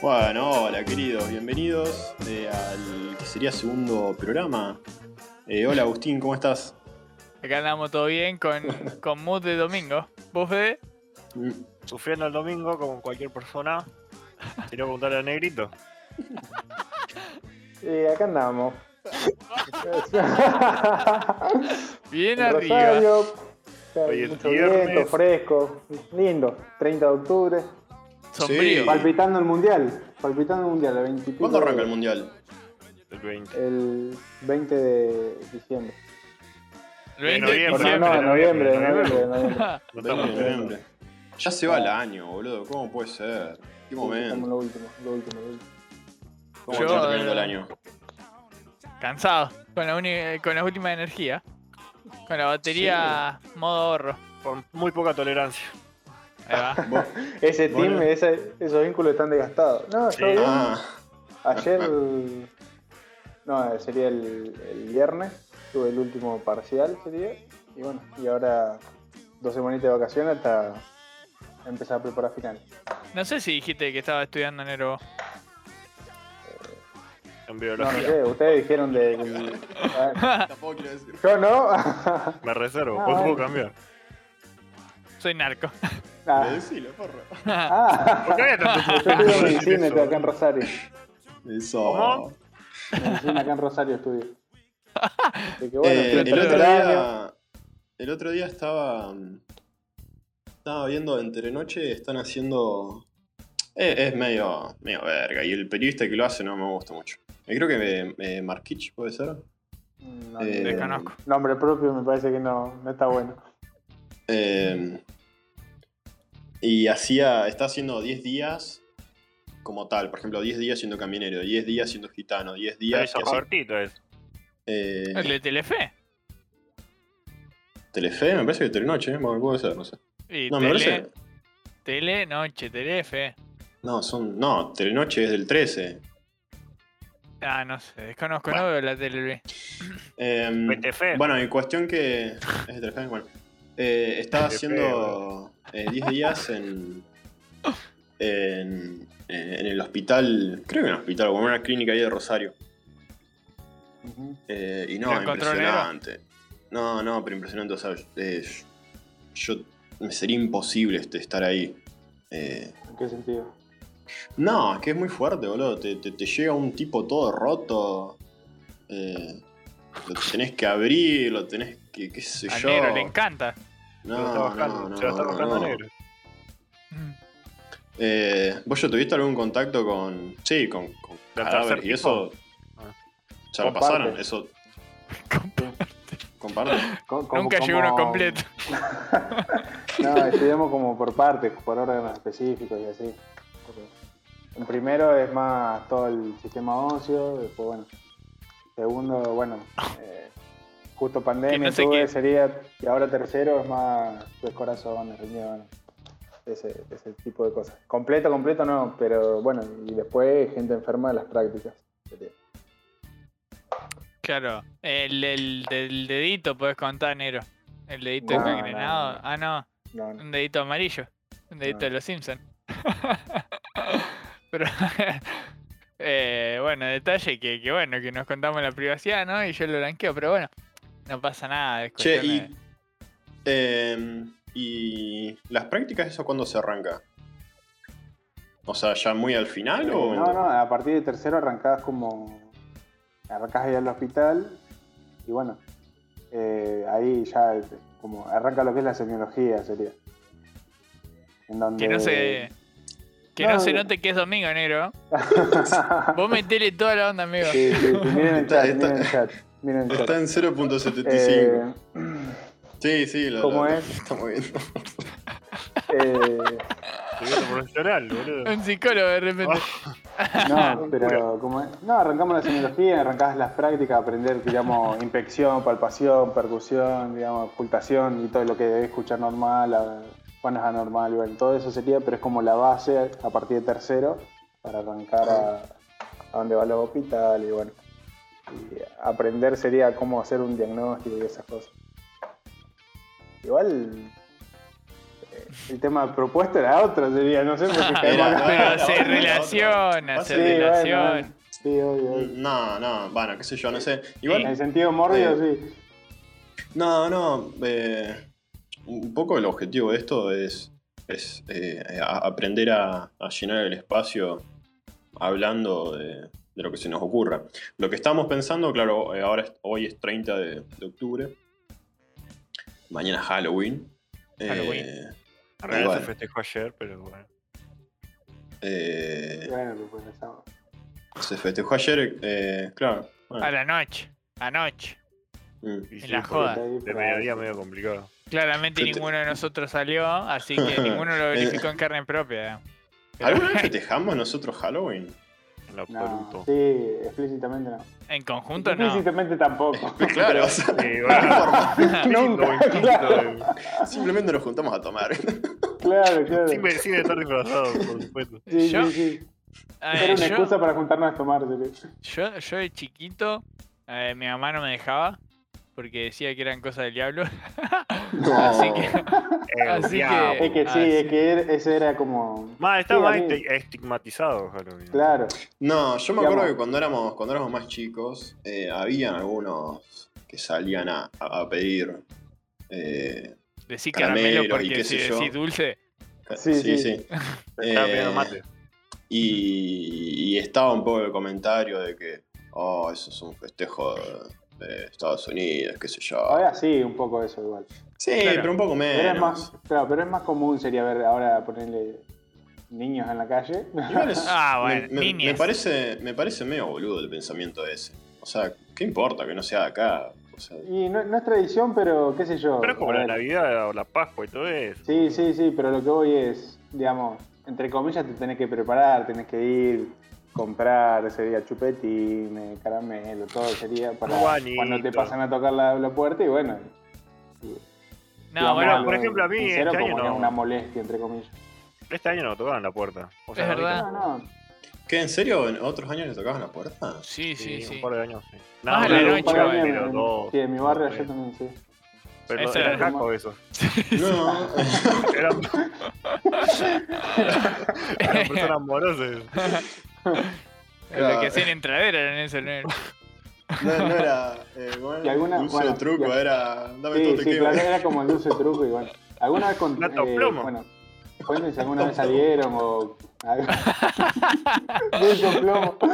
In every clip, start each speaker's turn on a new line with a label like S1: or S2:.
S1: Bueno, hola queridos, bienvenidos eh, al que sería segundo programa. Eh, hola Agustín, ¿cómo estás?
S2: Acá andamos todo bien con, con mood de domingo. ¿Vos, Fede?
S1: Mm,
S3: Sufriendo el domingo como cualquier persona. Quería preguntarle al negrito.
S4: Y acá andamos.
S2: Bien
S4: En
S2: arriba.
S4: Rosario,
S3: Hoy es
S4: mucho
S3: viernes.
S4: viento, fresco, lindo. 30 de octubre,
S2: Sombrío.
S1: Sí.
S4: palpitando el mundial, palpitando el mundial, el 20 y pico
S1: ¿Cuándo
S4: de-
S1: arranca el mundial?
S3: El 20.
S4: El 20 de diciembre.
S2: El 20 de
S3: De
S4: No,
S3: noviembre.
S4: no,
S2: diciembre.
S4: en noviembre, en
S3: noviembre.
S4: noviembre, en
S3: No
S4: noviembre.
S1: 20
S3: estamos
S1: de noviembre. Ya se va el año, boludo, ¿cómo puede ser? Qué
S4: Estamos
S1: momento.
S4: lo último, lo último, lo último.
S1: ¿Cómo
S2: Yo,
S1: está terminando el
S2: eh,
S1: año?
S2: Cansado. Con la, uni- con la última energía. Con la batería modo ahorro.
S3: Con muy poca tolerancia.
S2: Ahí va.
S1: Vos-
S4: Ese team,
S1: Bueno.
S4: ese- esos vínculos están desgastados. No, yo
S3: Sí.
S4: bien.
S1: Ah,
S4: Ayer, no, sería el, el viernes, tuve el último parcial, sería. Y bueno, y ahora dos semanitas de vacaciones hasta empezar a preparar final.
S2: No sé si dijiste que estaba estudiando enero. vos.
S3: En
S4: No, no
S3: biología.
S4: sé, ustedes dijeron de... del- Ah,
S1: tampoco quiero decir.
S4: yo no.
S3: Me reservo.
S4: Ah,
S3: ¿Vos
S4: bueno.
S3: puedo cambiar?
S2: Soy narco.
S4: Ah,
S1: Decilo, porra.
S4: ah,
S3: ¿Por qué había tanto
S4: yo estudio
S3: decir
S4: medicina
S3: eso?
S4: acá en Rosario.
S1: Eso.
S3: ¿Cómo?
S4: Medicina acá en Rosario estudio. Así que bueno,
S1: Eh,
S4: estoy
S1: el,
S2: pero
S4: tercer
S1: otro
S4: año.
S1: día, el otro día estaba. mm, Estaba viendo entre noche, están haciendo. eh, Es, medio, medio verga. Y el periodista que lo hace no me gusta mucho. Eh, creo que eh, Marquich puede ser.
S4: No,
S1: Eh,
S4: no,
S2: Desconozco.
S4: Nombre propio me parece que no, no está bueno.
S1: Eh, y hacía. Está haciendo 10 días como tal. Por ejemplo, 10 días siendo caminero, 10 días siendo gitano, 10
S3: Pero
S1: días.
S3: Eso,
S1: y hace-
S3: cortito es.
S1: eh,
S2: El de Telefe.
S1: Telefe, me parece que Telenoche, ¿eh? Bueno, puede ser, no sé.
S2: Y
S1: No, me
S2: tele,
S1: parece.
S2: tele, noche, Telefe.
S1: No, son. No, Telenoche es del 13.
S2: Ah, no sé. Desconozco. No veo la tele, Luis.
S1: Eh,
S3: PTF.
S1: bueno, y cuestión que. Es de Telefe, bueno. Eh, estaba
S3: Telefe,
S1: haciendo eh, 10 días en, en. eh, en el hospital. Creo que en el hospital, como en una clínica ahí de Rosario.
S4: Ujú.
S1: Eh, y no,
S2: ¿Lo encontró negro?
S1: impresionante. No, no, pero impresionante. O sea, eh, yo. Me sería imposible este, estar ahí. Eh,
S4: ¿En qué sentido?
S1: No, es que es muy fuerte, boludo. Te, te- te llega un tipo todo roto. Eh, lo tenés que abrir, lo tenés que. qué sé
S2: Al
S1: yo.
S2: negro le encanta.
S3: se lo está
S1: No, no,
S3: bajando.
S1: no,
S3: se lo está bajando
S1: no.
S3: negro.
S1: Eh, ¿Vos ya tuviste algún contacto con. Sí, con. con
S3: ¿Del
S1: cadáveres
S3: tercer
S1: y eso.
S3: Ah.
S1: Ya lo
S4: Comparte.
S1: pasaron, eso. Comparte.
S4: Co- como-
S2: Nunca llegó
S4: como-
S2: uno completo.
S4: No, estudiamos como por partes, por órganos específicos y así. En primero es más todo el sistema óseo, después bueno. Segundo, bueno, eh, justo
S2: Que
S4: pandemia
S2: no sé
S4: tuve,
S2: qué.
S4: sería, y ahora tercero es más pues corazón, riñón, ese, ese tipo de cosas. Completo, completo no, pero bueno, y después gente enferma de las prácticas. sería.
S2: Claro, el, el del dedito puedes contar, negro. El dedito
S4: No,
S2: encangrenado.
S4: no, no.
S2: Ah, no,
S4: No, no.
S2: un dedito amarillo. Un dedito
S4: No.
S2: de los Simpsons. Pero, eh, bueno, detalle que, que bueno, que nos contamos la privacidad, ¿no? Y yo lo blanqueo, pero bueno, no pasa nada. es
S1: Che,
S2: cuestión
S1: y. eh, ¿Y las prácticas, eso cuándo se arranca? O sea, ¿ya muy al final o.?
S4: Eh, No, no, a partir de tercero arrancás como. Arrancás ahí al hospital y bueno, eh, ahí ya eh, como arranca lo que es la semiología, sería. En
S2: de-
S4: donde...
S2: que no se. Que no,
S4: eh, No, eh.
S2: se
S4: no.
S2: note que es domingo, negro.
S4: sí,
S2: Vos metele toda la onda, amigo.
S4: sí, sí, miren el chat,
S1: Está- está-
S4: miren el chat. Miren el chat.
S1: Está en 0.75.
S4: Eh,
S1: Sí, sí, lo,
S4: ¿Cómo
S1: lo-
S4: es?
S1: estamos viendo.
S4: eh,
S3: Estoy viendo profesional, boludo.
S2: Un psicólogo de repente.
S4: no, pero como es- no, arrancamos la semiología, arrancás las prácticas, aprender, digamos, inspección, palpación, percusión, digamos, ocultación y todo lo que debes escuchar normal, a- cuando es anormal, bueno, todo eso sería, pero es como la base a partir de tercero para arrancar a, a donde va los hospitales y bueno. Y aprender sería cómo hacer un diagnóstico y esas cosas. Igual eh, el tema propuesto era otro, sería, no sé por qué caemos
S1: Era-
S4: acá.
S2: Pero se
S1: Ahora,
S2: relaciona,
S1: ahora.
S2: se
S1: Sí,
S4: bueno,
S2: relaciona.
S4: Sí, obvio. obvio.
S1: No, no, bueno, qué sé yo, no sé.
S4: En el
S1: Igual,
S4: sentido mórbido, sí.
S1: no, no. eh, un poco el objetivo de esto es, es eh, a- aprender a, a llenar el espacio hablando de, de lo que se nos ocurra. Lo que estamos pensando, claro, eh, ahora es- hoy es 30 de, de octubre. Mañana es Halloween. Eh,
S2: Halloween.
S3: En realidad
S1: Igual.
S3: se festejó ayer, pero bueno.
S1: eh,
S4: Bueno, lo pensamos.
S1: se festejó ayer, eh, claro. bueno,
S2: A la noche, anoche.
S1: mm.
S3: Y
S2: En
S3: sí,
S2: la
S3: porque
S2: joda.
S3: De mediodía medio complicado.
S2: Claramente
S1: Yo te- Eh,
S2: ninguno de nosotros salió, así que ninguno lo verificó en carne propia.
S1: ¿Alguna vez festejamos nosotros Halloween?
S3: En lo
S4: No,
S3: absoluto.
S4: sí, explícitamente no.
S2: En conjunto no.
S4: Explícitamente tampoco.
S1: Claro, o sea,
S3: Eh, bueno,
S4: Nunca,
S3: o implícito,
S4: claro.
S3: eh,
S1: simplemente nos juntamos a tomar.
S4: claro, claro.
S3: Sin, sin estar disfrazado, por supuesto.
S4: Sí,
S2: Yo-
S4: sí, sí.
S2: A ver,
S4: Era una
S2: yo-
S4: excusa para juntarnos a tomar. serio.
S2: Yo, yo de chiquito, eh, mi mamá no me dejaba porque decía que eran cosas del diablo. Así
S1: Oh,
S2: que,
S3: Eh,
S2: Así
S3: diablo.
S2: que-
S4: Es que
S2: Ah,
S4: sí, es
S2: sí.
S4: que er- ese era como.
S3: Más, está
S4: Sí,
S3: más
S4: a mí-
S3: esti- este, estigmatizado, Halloween.
S4: Claro.
S1: No, yo me
S4: Digamos-
S1: acuerdo que cuando éramos, cuando éramos más chicos, eh, habían algunos que salían a, a- a pedir. eh,
S2: decí
S1: Caramelo
S2: caramelo
S1: y
S2: porque
S1: qué
S2: si
S1: sé yo.
S2: decís dulce,
S4: Sí, sí.
S3: Estaba
S1: Eh,
S3: pidiendo mate.
S1: y, y estaba un poco el comentario de que, oh, eso es un festejo de, de Estados Unidos, qué sé yo.
S4: Ahora sí, un poco eso igual.
S1: Sí,
S2: Claro.
S1: pero un poco menos.
S4: Pero es más, claro, pero es más común sería ver ahora ponerle niños en la calle.
S1: Igual es-
S2: Ah,
S1: me-
S2: bueno,
S1: me, me
S2: niñez.
S1: parece, me parece medio boludo el pensamiento ese. O sea, ¿qué importa que no sea de acá? O sea,
S4: Y no, no es tradición, pero qué sé yo.
S3: Pero es como
S4: a
S3: la
S4: ver.
S3: Navidad o la Pascua y todo eso.
S4: Sí, sí, sí, pero lo que voy es, digamos, entre comillas te tenés que preparar, tenés que ir, comprar ese día chupetines, caramelo, todo sería para
S3: Juanito.
S4: cuando te pasan a tocar la, la puerta y bueno.
S2: No,
S4: digamos,
S2: bueno,
S3: bueno, por ejemplo, a mí
S4: sincero,
S3: este año
S4: como que
S3: no.
S4: es una molestia, entre comillas.
S3: Este año no tocaron la puerta. O sea,
S2: Es
S3: ahorita
S2: verdad.
S4: No, no,
S1: ¿Qué, en serio? ¿En otros años le tocaban la puerta?
S2: sí, sí,
S3: Sí,
S2: sí.
S3: un par de años, sí.
S2: Ah,
S3: Nada,
S2: la
S3: pero
S2: noche,
S3: un par de
S2: bueno.
S3: años,
S4: en-
S3: pero dos.
S4: sí, en mi barrio yo
S3: tres.
S4: también, sí.
S3: Pero
S2: Eso
S3: eran
S2: era-
S3: cacos esos.
S1: No,
S3: Eran, eran personas morosas.
S2: Lo que hacían entradera eran eso, ¿no?
S1: no, no era. Eh, bueno,
S4: Y alguna-
S1: dulce
S4: bueno,
S1: de truco,
S4: ya.
S1: era. Dame todo,
S4: Sí,
S1: te
S4: sí,
S1: quedo.
S4: claro, era como el dulce truco y bueno. ¿Alguna vez con eh,
S3: Dato plomo.
S4: bueno, cuenten si alguna vez salieron o algo. dulce plomo.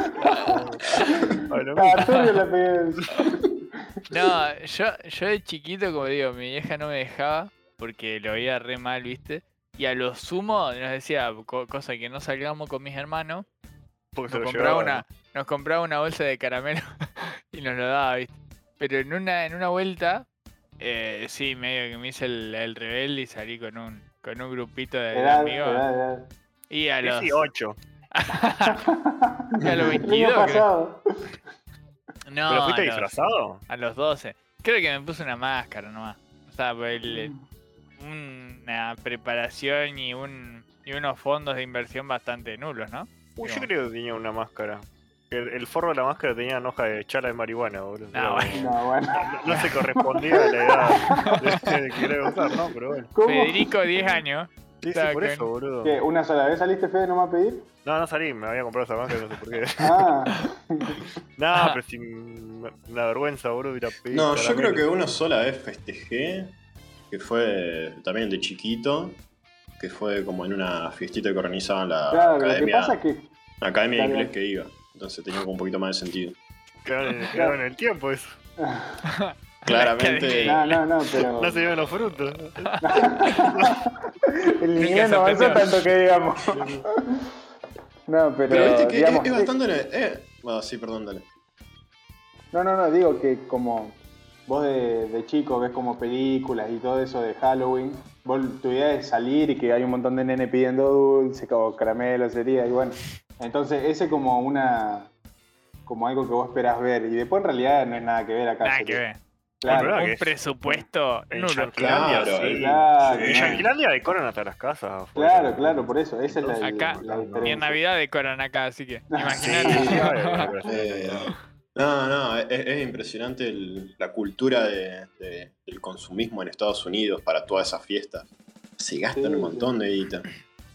S3: Bueno,
S4: Ah, turbio la pegué.
S2: No, yo, yo de chiquito, como digo, mi vieja no me dejaba porque lo veía re mal, ¿viste? Y a lo sumo nos decía, co- cosa que no salgamos con mis hermanos,
S3: porque se
S2: nos
S3: lo
S2: compraba, una,
S3: llevaban.
S2: nos compraba una bolsa de caramelo y nos lo daba, ¿viste? Pero en una, en una vuelta, eh, sí, medio que me hice el, el rebelde y salí con un, con un grupito de, de
S4: Edad,
S2: amigos.
S4: edad, edad.
S2: Y a los,
S3: 18.
S2: y a los
S4: El año
S2: 22. creo.
S4: pasado.
S2: No,
S3: ¿Pero fuiste
S2: a los-
S3: disfrazado?
S2: A los 12. Creo que me puse una máscara nomás. O sea, por el- una preparación y, un, y unos fondos de inversión bastante nulos, ¿no?
S3: Uy, yo
S2: Digamos.
S3: creo que tenía una máscara. El, el forro de la máscara tenía una hoja de chala de marihuana, boludo.
S2: Ah, bueno.
S4: No, bueno.
S3: No, no se correspondía a la edad de- de querer usar, ¿no? Pero bueno.
S4: ¿Cómo?
S2: Federico, 10 años.
S3: Sí, sí,
S2: Está
S3: por
S2: bien.
S3: eso, boludo.
S4: ¿Qué, ¿Una sola vez saliste, Fede, nomás a pedir?
S3: No, no salí, me había comprado esa máscara, no sé por qué.
S4: Ah,
S3: No, pero sin una vergüenza, boludo, ir a pedir
S1: No, yo creo
S3: caramelo.
S1: que una sola vez festejé, que fue también de chiquito, que fue como en una fiestita que organizaban la
S4: claro, lo que
S1: academia,
S4: pasa es que
S1: la academia de
S4: Claro.
S1: inglés que iba. Entonces tenía como un poquito más de sentido.
S3: Quedaron en, quedaron en el tiempo eso.
S1: Claramente.
S4: No, no, no, pero.
S3: No se llevan los frutos.
S4: El niño no avanzó tanto que digamos. No, pero.
S1: Pero viste que es-
S4: digamos,
S1: es,
S4: sí.
S1: bastante. eh, bueno, sí, perdón, dale.
S4: No, no, no, digo que como vos de, de chico ves como películas y todo eso de Halloween, vos tu idea es salir y que hay un montón de nene pidiendo dulce o caramelo, sería, y bueno. Entonces, ese como una. como algo que vos esperás ver. Y después en realidad no es nada que ver acá.
S2: Nada
S4: sería.
S2: que ver.
S3: Claro
S2: Un
S3: que es-
S2: presupuesto
S3: En
S2: nulo.
S3: Yanquilandia,
S1: Claro,
S3: sí.
S4: claro,
S3: En Yanquilandia decoran hasta las casas. afuera.
S4: Claro, claro, por eso. Esa es la,
S2: Acá,
S4: la
S2: Y en
S4: diferencia.
S2: Navidad decoran acá, así que
S3: Ah, Sí,
S2: imagínate.
S3: claro,
S1: Eh, no, no, es, es impresionante el- la cultura de- de- del consumismo en Estados Unidos para todas esas fiestas. Se gastan un montón de guita.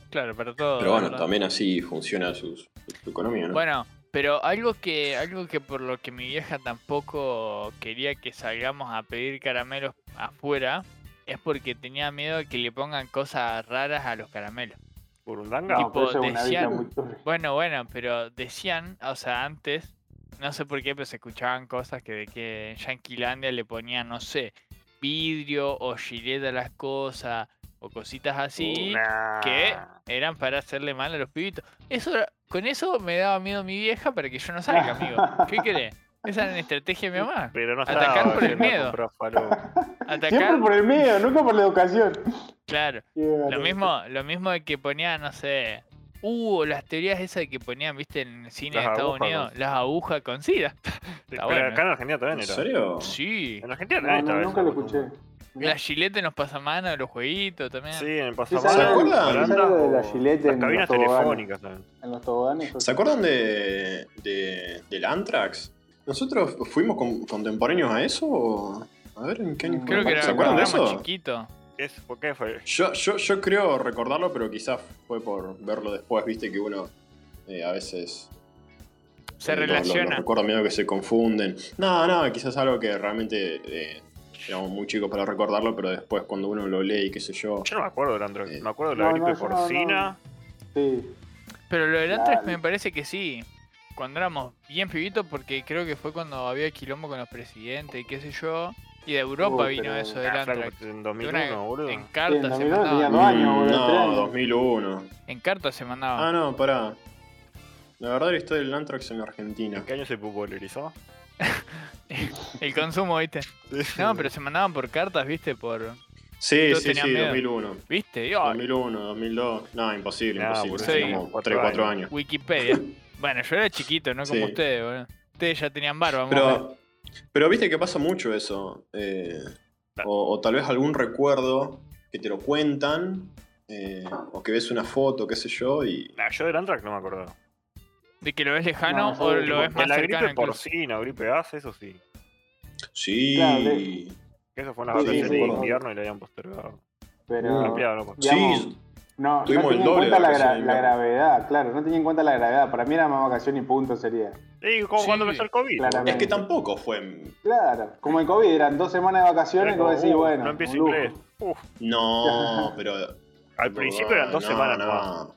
S2: Claro, para todo.
S1: Pero bueno,
S2: ¿verdad?
S1: también así funciona su, su- su economía, ¿no?
S2: Bueno, pero algo que, algo que por lo que mi vieja tampoco quería que salgamos a pedir caramelos afuera es porque tenía miedo de que le pongan cosas raras a los caramelos.
S3: Burundanga.
S4: No, pero
S2: Tipo,
S4: eso es una vida
S2: decían-
S4: muy turbia.
S2: Bueno, bueno, pero decían, o sea, antes, no sé por qué, pero se escuchaban cosas que de que en Yanquilandia le ponían, no sé, vidrio o gilet a las cosas o cositas así.
S3: Nah.
S2: ¿Qué? Eran para hacerle mal a los pibitos. Eso, era- con eso me daba miedo mi vieja para que yo no salga, amigo. ¿Qué querés? Esa era la estrategia de mi mamá.
S3: Pero no
S2: Atacar
S3: estaba
S2: por el
S3: yendo a
S2: miedo.
S3: comprar falopa.
S2: Atacar,
S4: Siempre por el miedo, nunca por la educación.
S2: claro. Lo mismo, lo mismo de que ponían, no sé. Uh, las teorías esas que ponían, viste, en el cine
S3: Las
S2: de Estados
S3: agujas con-
S2: Unidos, las agujas con sida.
S3: Pero
S2: bueno. ¿eh?
S3: acá en Argentina
S1: ¿En
S3: también era.
S1: serio?
S2: Sí.
S3: En Argentina
S4: No,
S3: también
S4: no,
S3: estaba
S4: nunca
S3: esa
S4: lo
S3: costumbre.
S4: escuché.
S2: La gilete nos pasa mano de los jueguitos también.
S3: Sí, en el
S4: ¿Se
S3: pasamanos.
S1: acuerdan?
S3: barandas
S4: ¿Se acuerdan de la
S3: o
S4: Gillette
S3: Las
S4: en
S3: cabinas
S4: los toboganes?
S3: telefónicas también.
S4: En los toboganes.
S1: ¿Se acuerdan de, de- del Anthrax? ¿Nosotros fuimos con- contemporáneos a eso? o- A ver, ¿en qué año
S2: Creo que
S1: fue?
S2: era
S1: ¿Se
S2: un
S1: acuerdan de
S2: programa
S1: eso?
S2: chiquito.
S3: ¿Qué es? ¿Por qué fue?
S1: Yo, yo, yo creo recordarlo, pero quizás fue por verlo después, viste que uno eh, a veces
S2: Se
S1: eh, lo- lo- Lo,
S2: relaciona.
S1: recuerda medio que se confunden. No, no, quizás algo que realmente eh, éramos muy chicos para recordarlo, pero después cuando uno lo lee y qué sé yo.
S3: Yo no me acuerdo del Android.
S1: Eh.
S3: Me acuerdo de la
S4: No,
S3: gripe
S4: no, yo no, no.
S3: porcina.
S4: Sí.
S2: Pero lo del Antrax
S4: Dale.
S2: me parece que sí. Cuando éramos bien pibitos, porque creo que fue cuando había quilombo con los presidentes y qué sé yo. Y de Europa
S4: Uy,
S2: vino
S4: pero-
S2: eso del
S3: Ah, flaco,
S2: Antrax.
S3: en
S2: De una-
S3: 2001,
S2: en
S3: boludo.
S4: Sí, en
S2: cartas se
S4: 2002 tenía
S2: mandaban.
S4: dos años,
S1: Mm,
S4: boludo, tres
S1: no,
S4: años.
S1: 2001.
S2: En cartas se
S1: Ah,
S2: mandaban.
S1: no, pará. La verdad, la historia del Anthrax en Argentina.
S3: ¿En qué año se popularizó?
S2: El consumo, viste. No, pero se mandaban por cartas, viste, por.
S1: Sí,
S2: Yo
S1: sí,
S2: tenía
S1: sí,
S2: miedo. Ah.
S1: 2001.
S2: ¿Viste? Yo,
S1: 2001, 2002. No, imposible,
S3: No,
S1: imposible.
S3: boludo,
S1: Teníamos
S3: cuatro
S1: 3, 4
S3: años.
S1: años.
S2: Wikipedia. Bueno, yo era chiquito, no como
S1: Sí.
S2: ustedes, boludo. Ustedes ya tenían barba, moja.
S1: Pero, pero viste que pasa mucho eso. eh, o, o tal vez algún recuerdo que te lo cuentan. eh, o que ves una foto, qué sé yo, y.
S3: Nah, yo del Antrax no me acuerdo.
S2: De que lo ves lejano
S4: No, yo
S2: o
S4: de-
S2: lo ves
S3: De
S2: más
S3: la
S2: cercano
S3: gripe
S2: incluso.
S3: porcina, gripe gas, eso sí.
S1: Sí.
S4: Claro, de-
S3: Que eso fue una
S1: Sí, sí,
S3: vacación
S1: sí.
S3: de invierno y la habían postergado.
S4: Pero.
S3: Ampliado, ¿no?
S4: Digamos,
S1: sí.
S4: No, no
S1: Tuvimos
S4: tenía
S1: el
S4: en
S1: doble de
S4: cuenta la,
S1: vacaciones de
S4: gra- la
S1: invierno.
S4: gravedad, claro, no tenía en cuenta la gravedad. Para mí era más vacación y punto sería.
S3: Sí, como
S2: Sí.
S3: cuando empezó el COVID.
S4: Claramente.
S1: Es que tampoco fue.
S4: Claro, como el COVID, eran dos semanas de vacaciones,
S3: Era
S4: vos decís,
S3: como, uh,
S4: bueno,
S3: No empiezo
S4: un lujo.
S3: inglés. Uf,
S1: No, pero.
S3: al principio eran dos
S1: no,
S3: semanas
S1: no.
S3: nomás.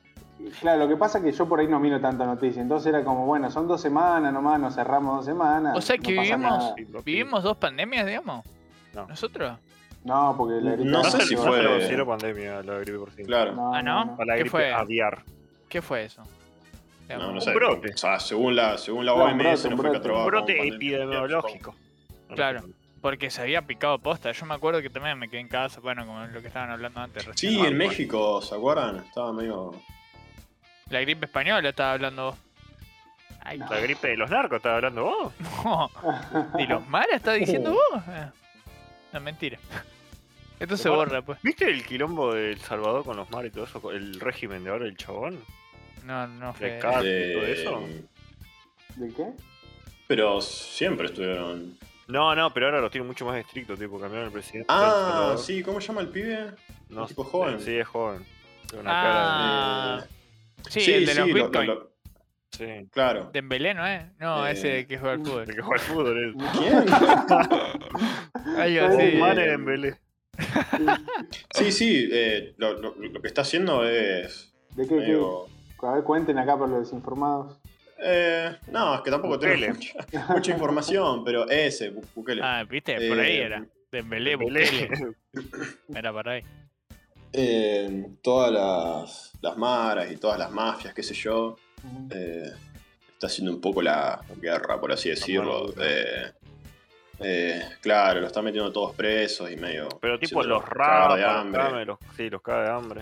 S4: Claro, lo que pasa es que yo por ahí no miro tanta noticia, entonces era como, bueno, son dos semanas nomás, nos cerramos dos semanas.
S2: O sea que
S4: no pasa
S2: vivimos-
S4: nada.
S3: Sí, lo-
S2: ¿Vivimos dos pandemias, digamos?
S3: No.
S2: ¿Nosotros?
S4: No, porque la gripe
S1: No
S3: No
S1: sé
S3: sé
S1: si
S3: si
S1: fue-
S3: fue. considero pandemia la gripe porcina.
S1: Claro.
S4: No,
S2: Ah, ¿no?
S4: no.
S3: A la
S2: ¿Qué
S3: gripe
S2: fue?
S3: aviar.
S2: ¿Qué fue eso?
S1: No,
S2: Digamos,
S1: no sé.
S3: Un brote.
S1: O sea, según la, según la
S4: Claro, un
S1: OMS,
S4: brote,
S1: no
S4: un
S1: fue
S4: brote.
S1: catalogado
S3: Un
S1: como
S3: brote
S1: pandemia.
S3: epidemiológico.
S2: Claro. Porque se había picado posta. Yo me acuerdo que también me quedé en casa, bueno, como lo que estaban hablando antes. recién.
S1: Sí,
S2: Ah,
S1: en
S2: bueno.
S1: México, ¿se acuerdan? Estaba medio.
S2: La gripe española estaba hablando vos. Ay,
S3: La gripe de los narcos, ¿estás hablando vos?
S2: no. ¿De los malas estás diciendo vos? Eh. No, mentira. Esto se borra, pues.
S3: ¿Viste el quilombo de El Salvador con los mares y todo eso? El régimen de ahora, el chabón.
S2: No, no
S3: De
S2: fue.
S3: carne Ah, y todo
S1: de-
S3: eso.
S4: ¿De qué?
S1: Pero siempre estuvieron.
S3: No, no, pero ahora lo tiene mucho más estricto, tipo, cambiaron el presidente. de El
S1: Ah,
S3: Salvador.
S1: sí, ¿cómo se llama el pibe?
S3: No,
S1: tipo joven.
S3: Sí, es joven. Tiene una cara
S2: Ah,
S1: Eh,
S2: sí, el de los
S1: lo- lo-
S2: bitcoins.
S1: lo-
S3: de... Sí.
S1: claro.
S2: De Embelé, ¿no es? No,
S1: Eh,
S2: ese que juega al
S3: El
S2: fútbol.
S3: que juega al fútbol es.
S1: ¿Quién?
S2: Algo
S4: Sí.
S2: así.
S3: Mané de Embelé.
S1: sí, sí, eh, lo, lo- lo que está haciendo es.
S4: ¿De qué? qué?
S1: medio-
S4: A ver, cuenten acá por los desinformados.
S1: eh, no, es que tampoco
S3: Bukele.
S1: tengo mucha, mucha información, pero ese, Bu- Bukele.
S2: Ah, viste, por ahí
S1: Eh,
S2: era. Dembélé,
S3: Embelé.
S2: Bukele. Era para ahí.
S1: eh, todas las, las maras y todas las mafias, qué sé yo, eh, está haciendo un poco la guerra, por así decirlo.
S3: dura.
S1: eh, eh, claro, lo está metiendo todos presos y medio.
S3: Pero tipo
S1: haciendo
S3: los
S1: cagar
S3: raros,
S1: de hambre.
S3: los, sí, los caga de hambre.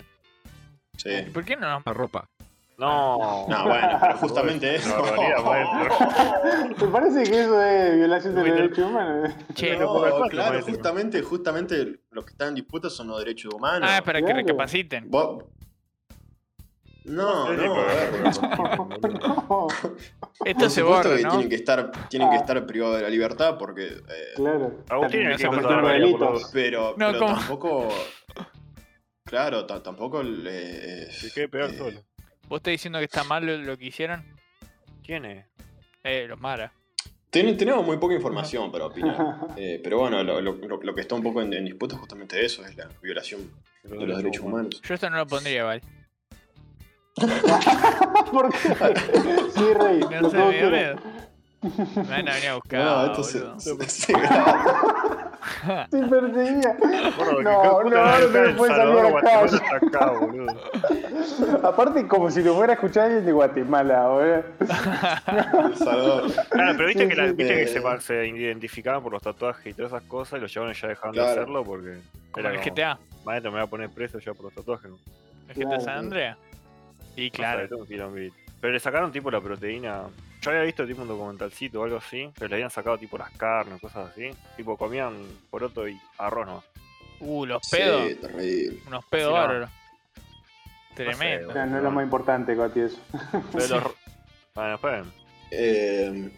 S1: Sí.
S2: ¿Por qué no nos
S5: La ropa.
S3: No.
S1: No, bueno, pero justamente eso.
S3: barbaridad, maestro.
S4: ¿Te parece que eso es violación de los
S3: Twitter.
S4: derechos humanos?
S2: Che,
S1: No,
S3: ponga cuatro,
S1: claro,
S3: maestro.
S1: justamente, justamente lo que está en disputa son los derechos humanos.
S2: Ah, es para que
S4: Claro.
S2: recapaciten.
S1: Vos- No,
S3: Sí,
S1: no,
S3: pero-
S1: a ver,
S4: No,
S2: Esto
S1: por
S2: se
S1: supuesto
S2: borra,
S1: que
S2: ¿no?
S1: tienen que estar, tienen que
S4: Ah.
S1: estar privados de la libertad porque eh,
S4: claro.
S3: Agustín
S4: Terminó
S3: es el que
S4: cometiendo
S3: empezó a hablar,
S4: delitos.
S3: boludo.
S1: Pero,
S2: No,
S1: pero
S2: ¿cómo?
S1: tampoco. Claro, ta- tampoco le.
S3: Que quede pegar
S1: eh,
S3: solo.
S2: ¿Vos estás diciendo que está mal lo, lo que hicieron?
S3: ¿Quién es?
S2: Eh, los Mara.
S1: ten- tenemos muy poca información para opinar. Eh, pero bueno, lo, lo- lo- lo que está un poco en, en disputa es justamente eso, es la violación de los derechos humanos.
S2: Yo esto no lo pondría, ¿vale?
S4: ¿Por qué? Sí, Rey.
S2: No
S4: lo
S2: sé,
S4: tengo
S2: me eh. dio
S4: que-
S2: miedo. Me van a venir a
S1: No, Ah,
S2: buscar.
S1: esto
S2: boludo.
S1: se, se- se graba.
S4: Sí, perseguía.
S3: Gordo, que
S4: No,
S3: cada puta
S4: no,
S3: va a
S4: no pues,
S3: dejar
S4: se
S3: El
S4: puede salir
S3: Salvador,
S4: a la
S3: Guatemala hasta acá, boludo.
S4: Aparte, como si lo fuera a escuchar alguien de Guatemala, boludo.
S1: El Salvador.
S3: Claro, pero viste que, la-
S4: Sí, sí,
S3: viste que
S1: sí.
S3: se, par- se identificaban por los tatuajes y todas esas cosas y los llevaron ya dejando de
S1: Claro.
S3: hacerlo porque.
S2: Como el
S3: como,
S2: GTA.
S3: Maestro, me va a poner preso ya por los tatuajes. ¿no?
S2: El GTA
S4: Claro,
S2: San
S4: sí.
S2: Andreas. Sí,
S3: Claro.
S2: claro.
S3: Pero le sacaron tipo la proteína. Yo había visto tipo un documentalcito o algo así, pero le habían sacado tipo las carnes, cosas así. Tipo comían poroto y arroz nomás.
S2: Uh, los
S1: Sí,
S2: pedos.
S1: terrible.
S2: Unos pedos
S3: Sí, no.
S2: bárbaros. Tremendo.
S4: O sea, no es lo más importante, Coti, eso.
S3: Pero los... Bueno, después.
S1: Eh,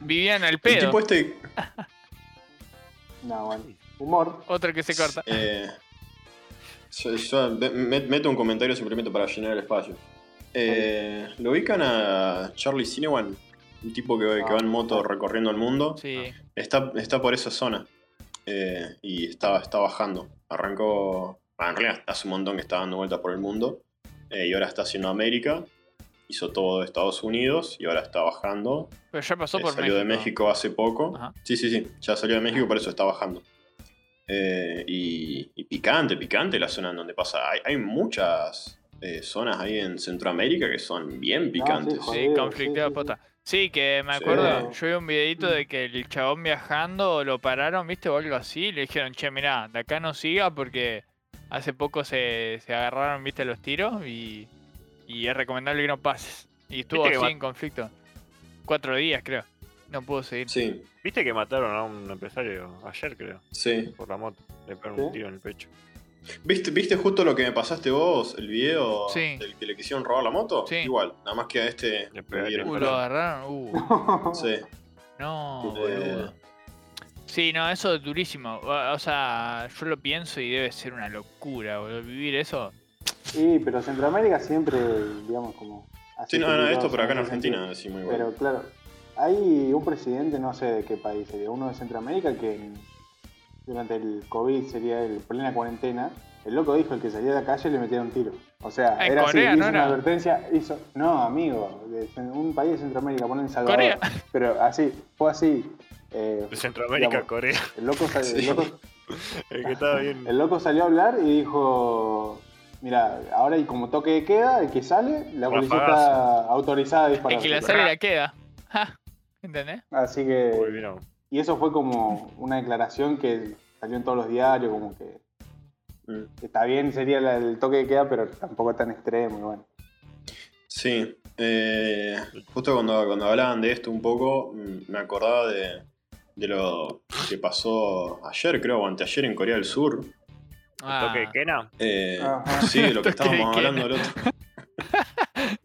S2: Vivían al
S1: el
S2: pedo.
S1: tipo este.
S4: No, bueno. Humor.
S2: Otro que se corta.
S1: Eh, yo- yo de- met- meto un comentario simplemente para llenar el espacio. Eh, ¿Lo ubican a Charlie Cinewan? Un tipo que, que va en moto recorriendo el mundo.
S2: Ah. Sí.
S1: Está, está por esa zona. eh, y está, está bajando. Arrancó. ah, En realidad hace un montón que está dando vueltas por el mundo. eh, y ahora está haciendo América. Hizo todo Estados Unidos y ahora está bajando.
S2: Pero ya pasó
S1: Eh,
S2: por
S1: salió
S2: México.
S1: de México hace poco.
S2: Ajá.
S1: Sí, sí, sí. Ya salió de México, por eso está bajando. Eh, y, y picante, picante la zona en donde pasa. Hay, hay muchas eh, zonas ahí en Centroamérica que son bien picantes.
S4: sí,
S2: Sí,
S4: Jodido,
S2: conflictiva
S4: sí, sí,
S2: pota. Sí, que me
S1: Sí.
S2: acuerdo, yo vi un videito de que el chabón viajando lo pararon, viste, o algo así, y le dijeron, che, mirá, de acá no siga porque hace poco se, se agarraron, viste, los tiros y, y es recomendable que no pases. Y estuvo
S3: Viste que
S2: así
S3: va-
S2: en conflicto. Cuatro días, creo. No pudo seguir.
S1: sí,
S3: ¿Viste que mataron a un empresario ayer, creo?
S1: sí.
S3: Por la moto. Le pegaron
S4: ¿Sí?
S3: un tiro en el pecho.
S1: ¿Viste, ¿Viste justo lo que me pasaste vos, el video
S2: Sí.
S1: del que le quisieron robar la moto?
S2: Sí.
S1: Igual, nada más que a este
S3: Le pegaron.
S1: dieron
S2: Uh, lo
S1: para-
S2: agarraron. Uh,
S1: Sí.
S2: no,
S1: Eh,
S2: boludo. Sí, no, eso es durísimo. O o sea, yo lo pienso y debe ser una locura, boludo. Vivir eso.
S4: Sí, pero Centroamérica siempre, digamos, como. así
S1: sí, no, no,
S4: peligroso,
S1: esto por acá en
S4: ese sentido.
S1: Argentina decimos igual.
S4: Pero claro, hay un presidente, no sé de qué país sería, uno de Centroamérica que en- durante el COVID sería el plena cuarentena. El loco dijo el que salía a la calle le metieron un tiro. O sea,
S2: Ah, en
S4: era
S2: Corea,
S4: así,
S2: ¿no
S4: hizo una
S2: era?
S4: advertencia, hizo. No, amigo, de cen- un país de Centroamérica, ponen El Salvador.
S2: Corea.
S4: Pero así, fue así. eh,
S3: De Centroamérica,
S4: Digamos.
S3: Corea.
S4: el, loco sal- el
S1: Sí.
S4: loco
S3: El Eh, que estaba bien.
S4: el loco salió a hablar y dijo, mira, ahora hay como toque de queda, el que sale, la policía está autorizada a disparar.
S2: Es que la sale y la queda. Ja, ¿Entendés?
S4: Así que...
S3: Uy, mira,
S4: Y eso fue como una declaración que salió en todos los diarios, como que
S1: Mm.
S4: está bien, sería la- el toque de queda, pero tampoco tan extremo. y bueno.
S1: Sí, eh, justo cuando, cuando hablaban de esto un poco, mm, me acordaba de, de lo que pasó ayer, creo, o anteayer en Corea del Sur.
S2: Ah,
S3: ¿Toque de Kena?
S1: Eh,
S4: Ajá.
S1: sí, de lo que
S2: Esto que-
S1: estábamos
S2: que-
S1: hablando el otro.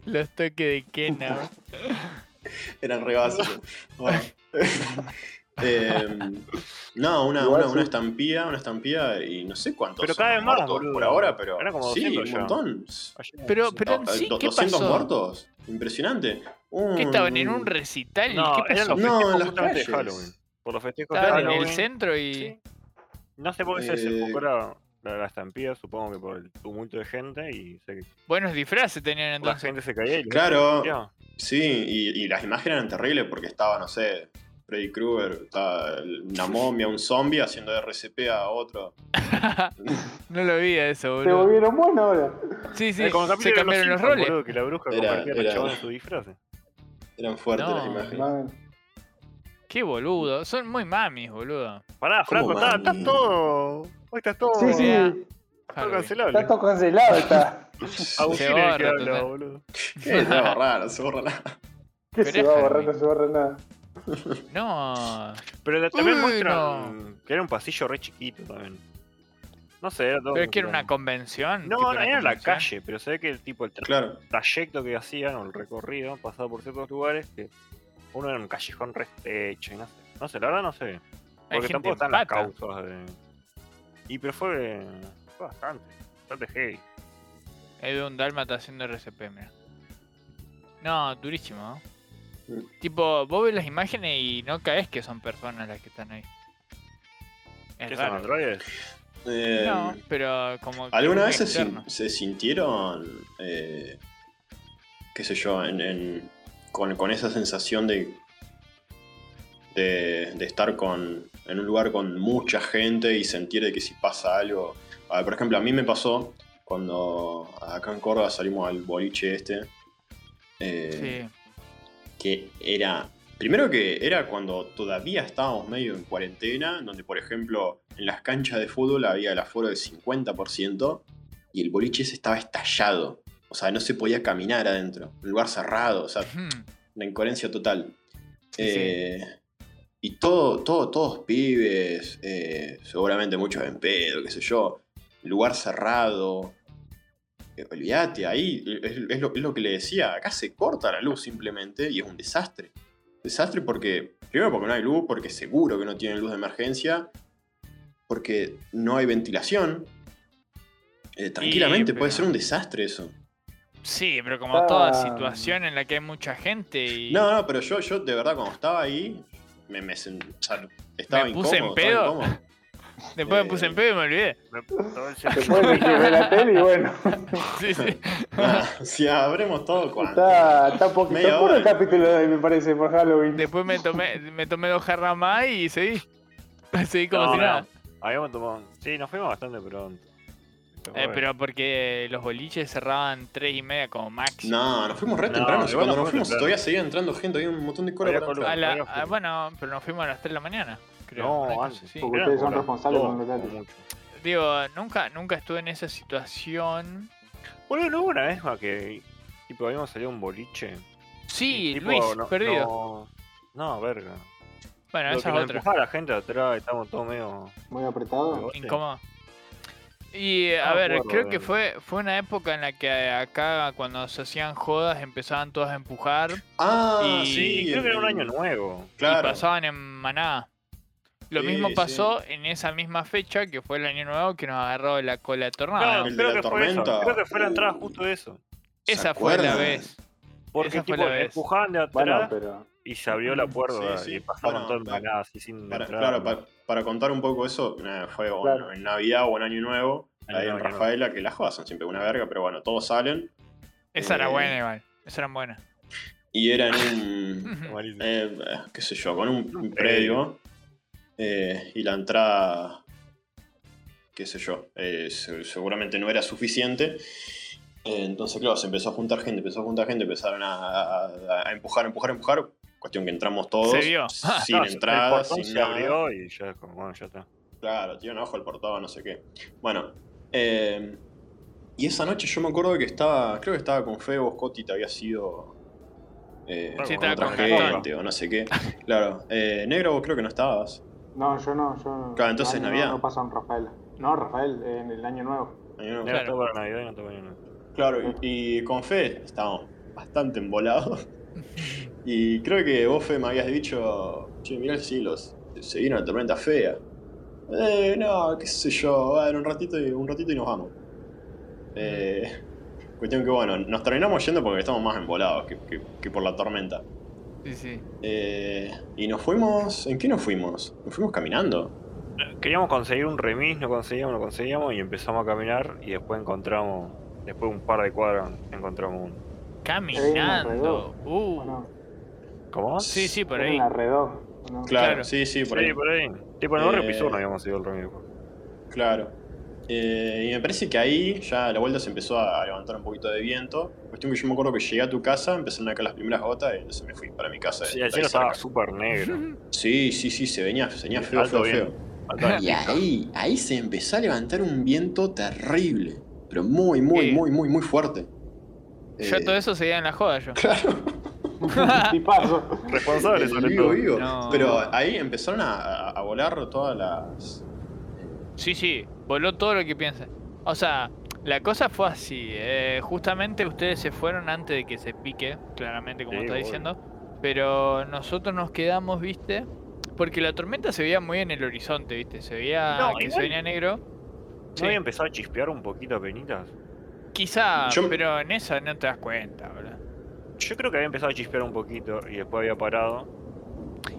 S2: los toques de Kena.
S1: Eran rebasos. Bueno. Eh, no, una,
S4: Igual
S1: una,
S4: sí.
S1: una estampida, una estampida y no sé cuántos
S3: Pero cada vez más,
S1: muertos por
S3: boludo.
S1: ahora, pero
S3: Era como
S1: sí,
S3: 200
S1: un
S3: ya.
S1: montón.
S3: Ayer.
S2: Pero, pero en
S1: No,
S2: sí,
S1: do-
S2: ¿qué
S1: 200
S2: pasó?
S1: muertos, impresionante. Un-
S2: ¿Qué estaban en un recital?
S3: No,
S2: ¿Qué
S3: eran
S2: pasó?
S3: los
S1: No, en
S3: festejos
S1: las
S3: justamente de
S1: calles.
S3: Halloween. Por los festejos de
S2: Estaban en
S3: Halloween.
S2: el centro y.
S3: Sí. No sé por qué se
S1: Eh,
S3: enfocó la, la, la estampida, supongo que por el tumulto de gente y se,
S2: Buenos disfraces tenían
S3: la
S2: entonces.
S3: gente se caía. y-
S1: Claro,
S3: Ya,
S1: Sí, y, y las imágenes eran terribles porque estaba, no sé, Freddy Krueger, estaba el- una momia, un zombie haciendo RCP a otro.
S2: no lo vi a eso,
S4: Se
S2: boludo.
S4: volvieron bueno ahora.
S2: Sí, sí,
S3: Eh, como
S2: se
S3: capítulo de
S2: cambiaron los
S3: Simpsons,
S2: roles.
S3: boludo, que la bruja
S1: Era-
S3: convertía a
S1: era-
S3: los chavos en su disfraz.
S1: Eran fuertes
S2: No.
S1: las imágenes.
S4: No,
S2: Qué boludo. Son muy mamis, boludo.
S3: Pará, Franco,
S1: ¿Cómo,
S3: está,
S1: mami?
S3: está todo. Hoy está todo,
S4: sí, sí,
S2: Era-
S3: todo
S2: Halloween.
S3: cancelable.
S4: está todo cancelado. Está.
S3: Agustín
S2: Se
S3: es el que
S2: borra,
S3: habla,
S2: total.
S3: boludo.
S1: Eh, se borra nada, no se borra nada.
S4: Que
S2: Pero
S4: se
S2: es
S4: va a borrar,
S2: Halloween.
S4: no se borra nada.
S2: No.
S3: Pero la- también
S2: Uy,
S3: muestran que era un pasillo re chiquito también. No sé, era todo.
S2: Pero es que era una
S3: como-
S2: convención. tipo
S3: No, no,
S2: una
S3: era la
S2: convención.
S3: calle, pero se ve que el tipo, el tra-
S1: Claro,
S3: trayecto que hacían o el recorrido pasaba por ciertos lugares que uno era un callejón restecho y no sé. No sé, la verdad no sé.
S2: Hay
S3: Porque
S2: gente
S3: tampoco
S2: en
S3: están las
S2: pata.
S3: causas de. Y pero fue, fue bastante. bastante heavy.
S2: Ahí veo un dálmata haciendo RCP, mira. No, durísimo. ¿no?
S1: Mm.
S2: Tipo, vos ves las imágenes y no caes que son personas las que están ahí. Es
S3: ¿Qué son
S2: raro.
S3: androides?
S1: Eh,
S2: No, pero como. que
S1: ¿Alguna
S2: un
S1: vez se, sin-
S2: externo.
S1: se sintieron, eh, qué sé yo, en- en- con, con esa sensación de, de, de estar con, en un lugar con mucha gente y sentir de que si pasa algo... A ver, por ejemplo, a mí me pasó cuando acá en Córdoba salimos al boliche este, eh,
S2: Sí.
S1: que era... Primero que era cuando todavía estábamos medio en cuarentena, donde por ejemplo en las canchas de fútbol había el aforo del 50% y el boliche ese estaba estallado. O sea, no se podía caminar adentro. Un lugar cerrado, o sea,
S2: Hmm.
S1: una incoherencia total.
S2: Sí,
S1: Eh, Y todo, todo, todos pibes, eh, seguramente muchos en pedo, qué sé yo. Lugar cerrado. Eh, olvídate, ahí es, es lo, es lo que le decía. Acá se corta la luz simplemente y es un desastre. Desastre porque, primero porque no hay luz, porque seguro que no tienen luz de emergencia, porque no hay ventilación. Eh, tranquilamente puede
S2: pero-
S1: ser un desastre eso.
S2: Sí, pero como
S4: Ah.
S2: toda situación en la que hay mucha gente y.
S1: No, no, pero yo, yo de verdad cuando estaba ahí, me, me sen- o sea, estaba
S2: Me puse en
S1: incómodo, estaba
S2: pedo.
S1: incómodo.
S2: Después
S1: eh.
S2: me puse en pedo y me olvidé.
S3: Me- todo el-
S4: Después de que ve la tele y bueno.
S2: Sí, sí.
S1: Ah, si abremos todo cuando.
S4: Está, está poquito
S1: Media
S4: oscuro el
S1: hora.
S4: capítulo de hoy, me parece, por Halloween.
S2: Después me tomé, me tomé dos jarras más y seguí. Seguí como
S3: No,
S2: si
S3: no.
S2: nada.
S3: Habíamos tomado. Sí, nos fuimos bastante pronto.
S2: Eh, pero porque los boliches cerraban tres y media como máximo.
S1: No, nos fuimos re
S3: No,
S1: temprano. si
S3: igual
S1: cuando
S3: nos
S1: nos fuimos
S3: fuimos temprano.
S1: todavía seguía entrando gente, había un montón de cola
S3: Había
S1: para
S3: cola.
S1: entrar.
S2: A la-
S3: no,
S2: ah, bueno, pero nos fuimos a las 3 de la mañana. Creo.
S3: No,
S2: Una cosa
S3: antes.
S2: así.
S4: Porque ustedes son responsables con lo que hacen.
S3: mucho.
S2: Digo, nunca, nunca estuve en esa situación.
S3: Boludo, ¿no hubo una vez más que tipo, habíamos salido a un boliche?
S2: Sí,
S3: Y, tipo,
S2: Luis,
S3: no-
S2: perdido.
S3: No, no, verga.
S2: Bueno,
S3: Lo
S2: esa es
S3: que nos
S2: otra.
S3: empujaba la gente atrás, estábamos todos medio.
S4: Muy apretado.
S3: bote.
S2: Incómodo. Y eh,
S3: No
S2: a
S3: me
S2: ver,
S3: acuerdo,
S2: creo que
S3: boludo.
S2: fue, fue una época en la que acá cuando se hacían jodas empezaban todos a empujar
S1: Ah,
S2: Y
S1: sí.
S3: Creo que era un
S1: en-
S3: año nuevo.
S1: Claro.
S2: y pasaban en manada. Lo
S1: Sí,
S2: mismo
S1: sí.
S2: pasó en esa misma fecha que fue el año nuevo que nos agarró la cola de tornado.
S3: Claro,
S1: el de
S3: creo
S1: la
S3: que fue eso.
S1: tormenta. Uh.
S3: Creo que fue la entrada
S1: Uy.
S3: justo de eso.
S1: ¿Se
S2: Esa fue la
S1: acuerdan?
S2: vez.
S3: Porque
S2: Esa fue
S3: tipo,
S2: la vez.
S3: empujaban de atrás
S4: Bueno, pero.
S3: y se abrió la puerta
S1: Sí, sí.
S3: y pasaron
S1: Bueno,
S3: todo el
S1: claro.
S3: manada así sin
S1: Para,
S3: entrar.
S1: claro, para, para contar un poco eso, nah, fue o
S4: Claro.
S1: en Navidad o en Año Nuevo,
S3: Año
S1: ahí en
S3: Nuevo, Año
S1: Rafaela, que las jodas son siempre una verga, pero bueno, todos salen.
S2: Esa era
S1: Eh,
S2: buena igual. Esa era buena.
S1: Y era en un,
S3: Malísimo.
S1: eh, qué sé yo, con un, un
S3: Eh.
S1: predio eh, y la entrada, qué sé yo, eh, se- seguramente no era suficiente. Eh, entonces, claro, se empezó a juntar gente, empezó a juntar gente, empezaron a, a- a empujar, empujar, empujar. Cuestión que entramos todos
S2: Se vio.
S1: sin
S3: No, el
S1: entrada,
S3: portón
S1: sin
S3: se
S1: nada.
S3: abrió y ya, como, bueno, ya está.
S1: Claro, tiraron abajo el portón, no sé qué. Bueno, eh, y esa noche yo me acuerdo que estaba, creo que estaba con Febo, Coti te había sido eh,
S3: Sí,
S1: con
S2: estaba
S1: otra
S2: con
S1: gente o no sé qué. Claro, eh, negro vos creo que no estabas.
S4: No, yo no, yo no.
S1: Claro, entonces
S4: no,
S1: Navidad.
S4: No, no pasó en Rafael. No, Rafael, en el año nuevo.
S1: Ahí no.
S3: No
S2: Claro.
S3: estaba para Navidad y no estaba para Navidad.
S1: Claro, y, y con Fe estábamos bastante embolados. Y creo que vos, Fe, me habías dicho, che, mirá el cielo, se se vino una tormenta fea. Eh, no, qué sé yo, bueno, un ratito y, un ratito y nos vamos. Eh, cuestión que bueno, nos terminamos yendo porque estamos más embolados que, que- que por la tormenta.
S2: Sí, sí.
S1: Eh, y nos fuimos, ¿en qué nos fuimos? Nos fuimos caminando.
S3: Queríamos conseguir un remis, no conseguíamos, no conseguíamos y empezamos a caminar y después encontramos, después de un par de cuadras encontramos uno.
S2: Caminando. Uh.
S4: Bueno,
S3: ¿Cómo? Sí,
S2: Sí, sí, por
S4: era
S2: ahí.
S4: en la redó. ¿no?
S1: Claro,
S2: Claro.
S1: sí, sí, por
S3: por
S1: ahí.
S3: ahí. Tipo, en el
S1: Eh.
S3: barrio Pisurno habíamos ido al remis.
S1: Claro. Eh, y me parece que ahí ya a la vuelta se empezó a levantar un poquito de viento. Cuestión que yo me acuerdo que llegué a tu casa, empezaron acá las primeras gotas y entonces me fui para mi casa. de
S3: Sí, el
S1: ahí
S3: cielo estaba
S1: cerca.
S3: súper negro.
S1: sí, sí, sí, se venía, se venía feo, feo,
S3: Alto
S1: feo.
S3: viento. Alto-
S1: Y ahí, ahí se empezó a levantar un viento terrible. Pero muy, muy,
S2: Sí.
S1: muy, muy, muy fuerte.
S2: Yo
S1: Eh,
S2: todo eso seguía en la joda yo.
S1: Claro.
S4: Y paso.
S3: Responsable sobre
S1: vivo,
S3: todo.
S1: vivo.
S2: No.
S1: Pero ahí empezaron a, a- a volar todas las.
S2: Sí, sí. Voló todo lo que piensa. O sea, la cosa fue así. eh, justamente ustedes se fueron antes de que se pique, claramente, como
S3: Sí,
S2: está
S3: obvio.
S2: diciendo. Pero nosotros nos quedamos, ¿viste? Porque la tormenta se veía muy en el horizonte, ¿viste? Se veía
S3: No,
S2: que se
S3: igual-
S2: venía negro.
S3: ¿No
S2: Sí.
S3: había empezado a chispear un poquito a penitas?
S2: Quizá,
S1: Yo-
S2: pero en esa no te das cuenta, boludo.
S3: Yo creo que había empezado a chispear un poquito y después había parado.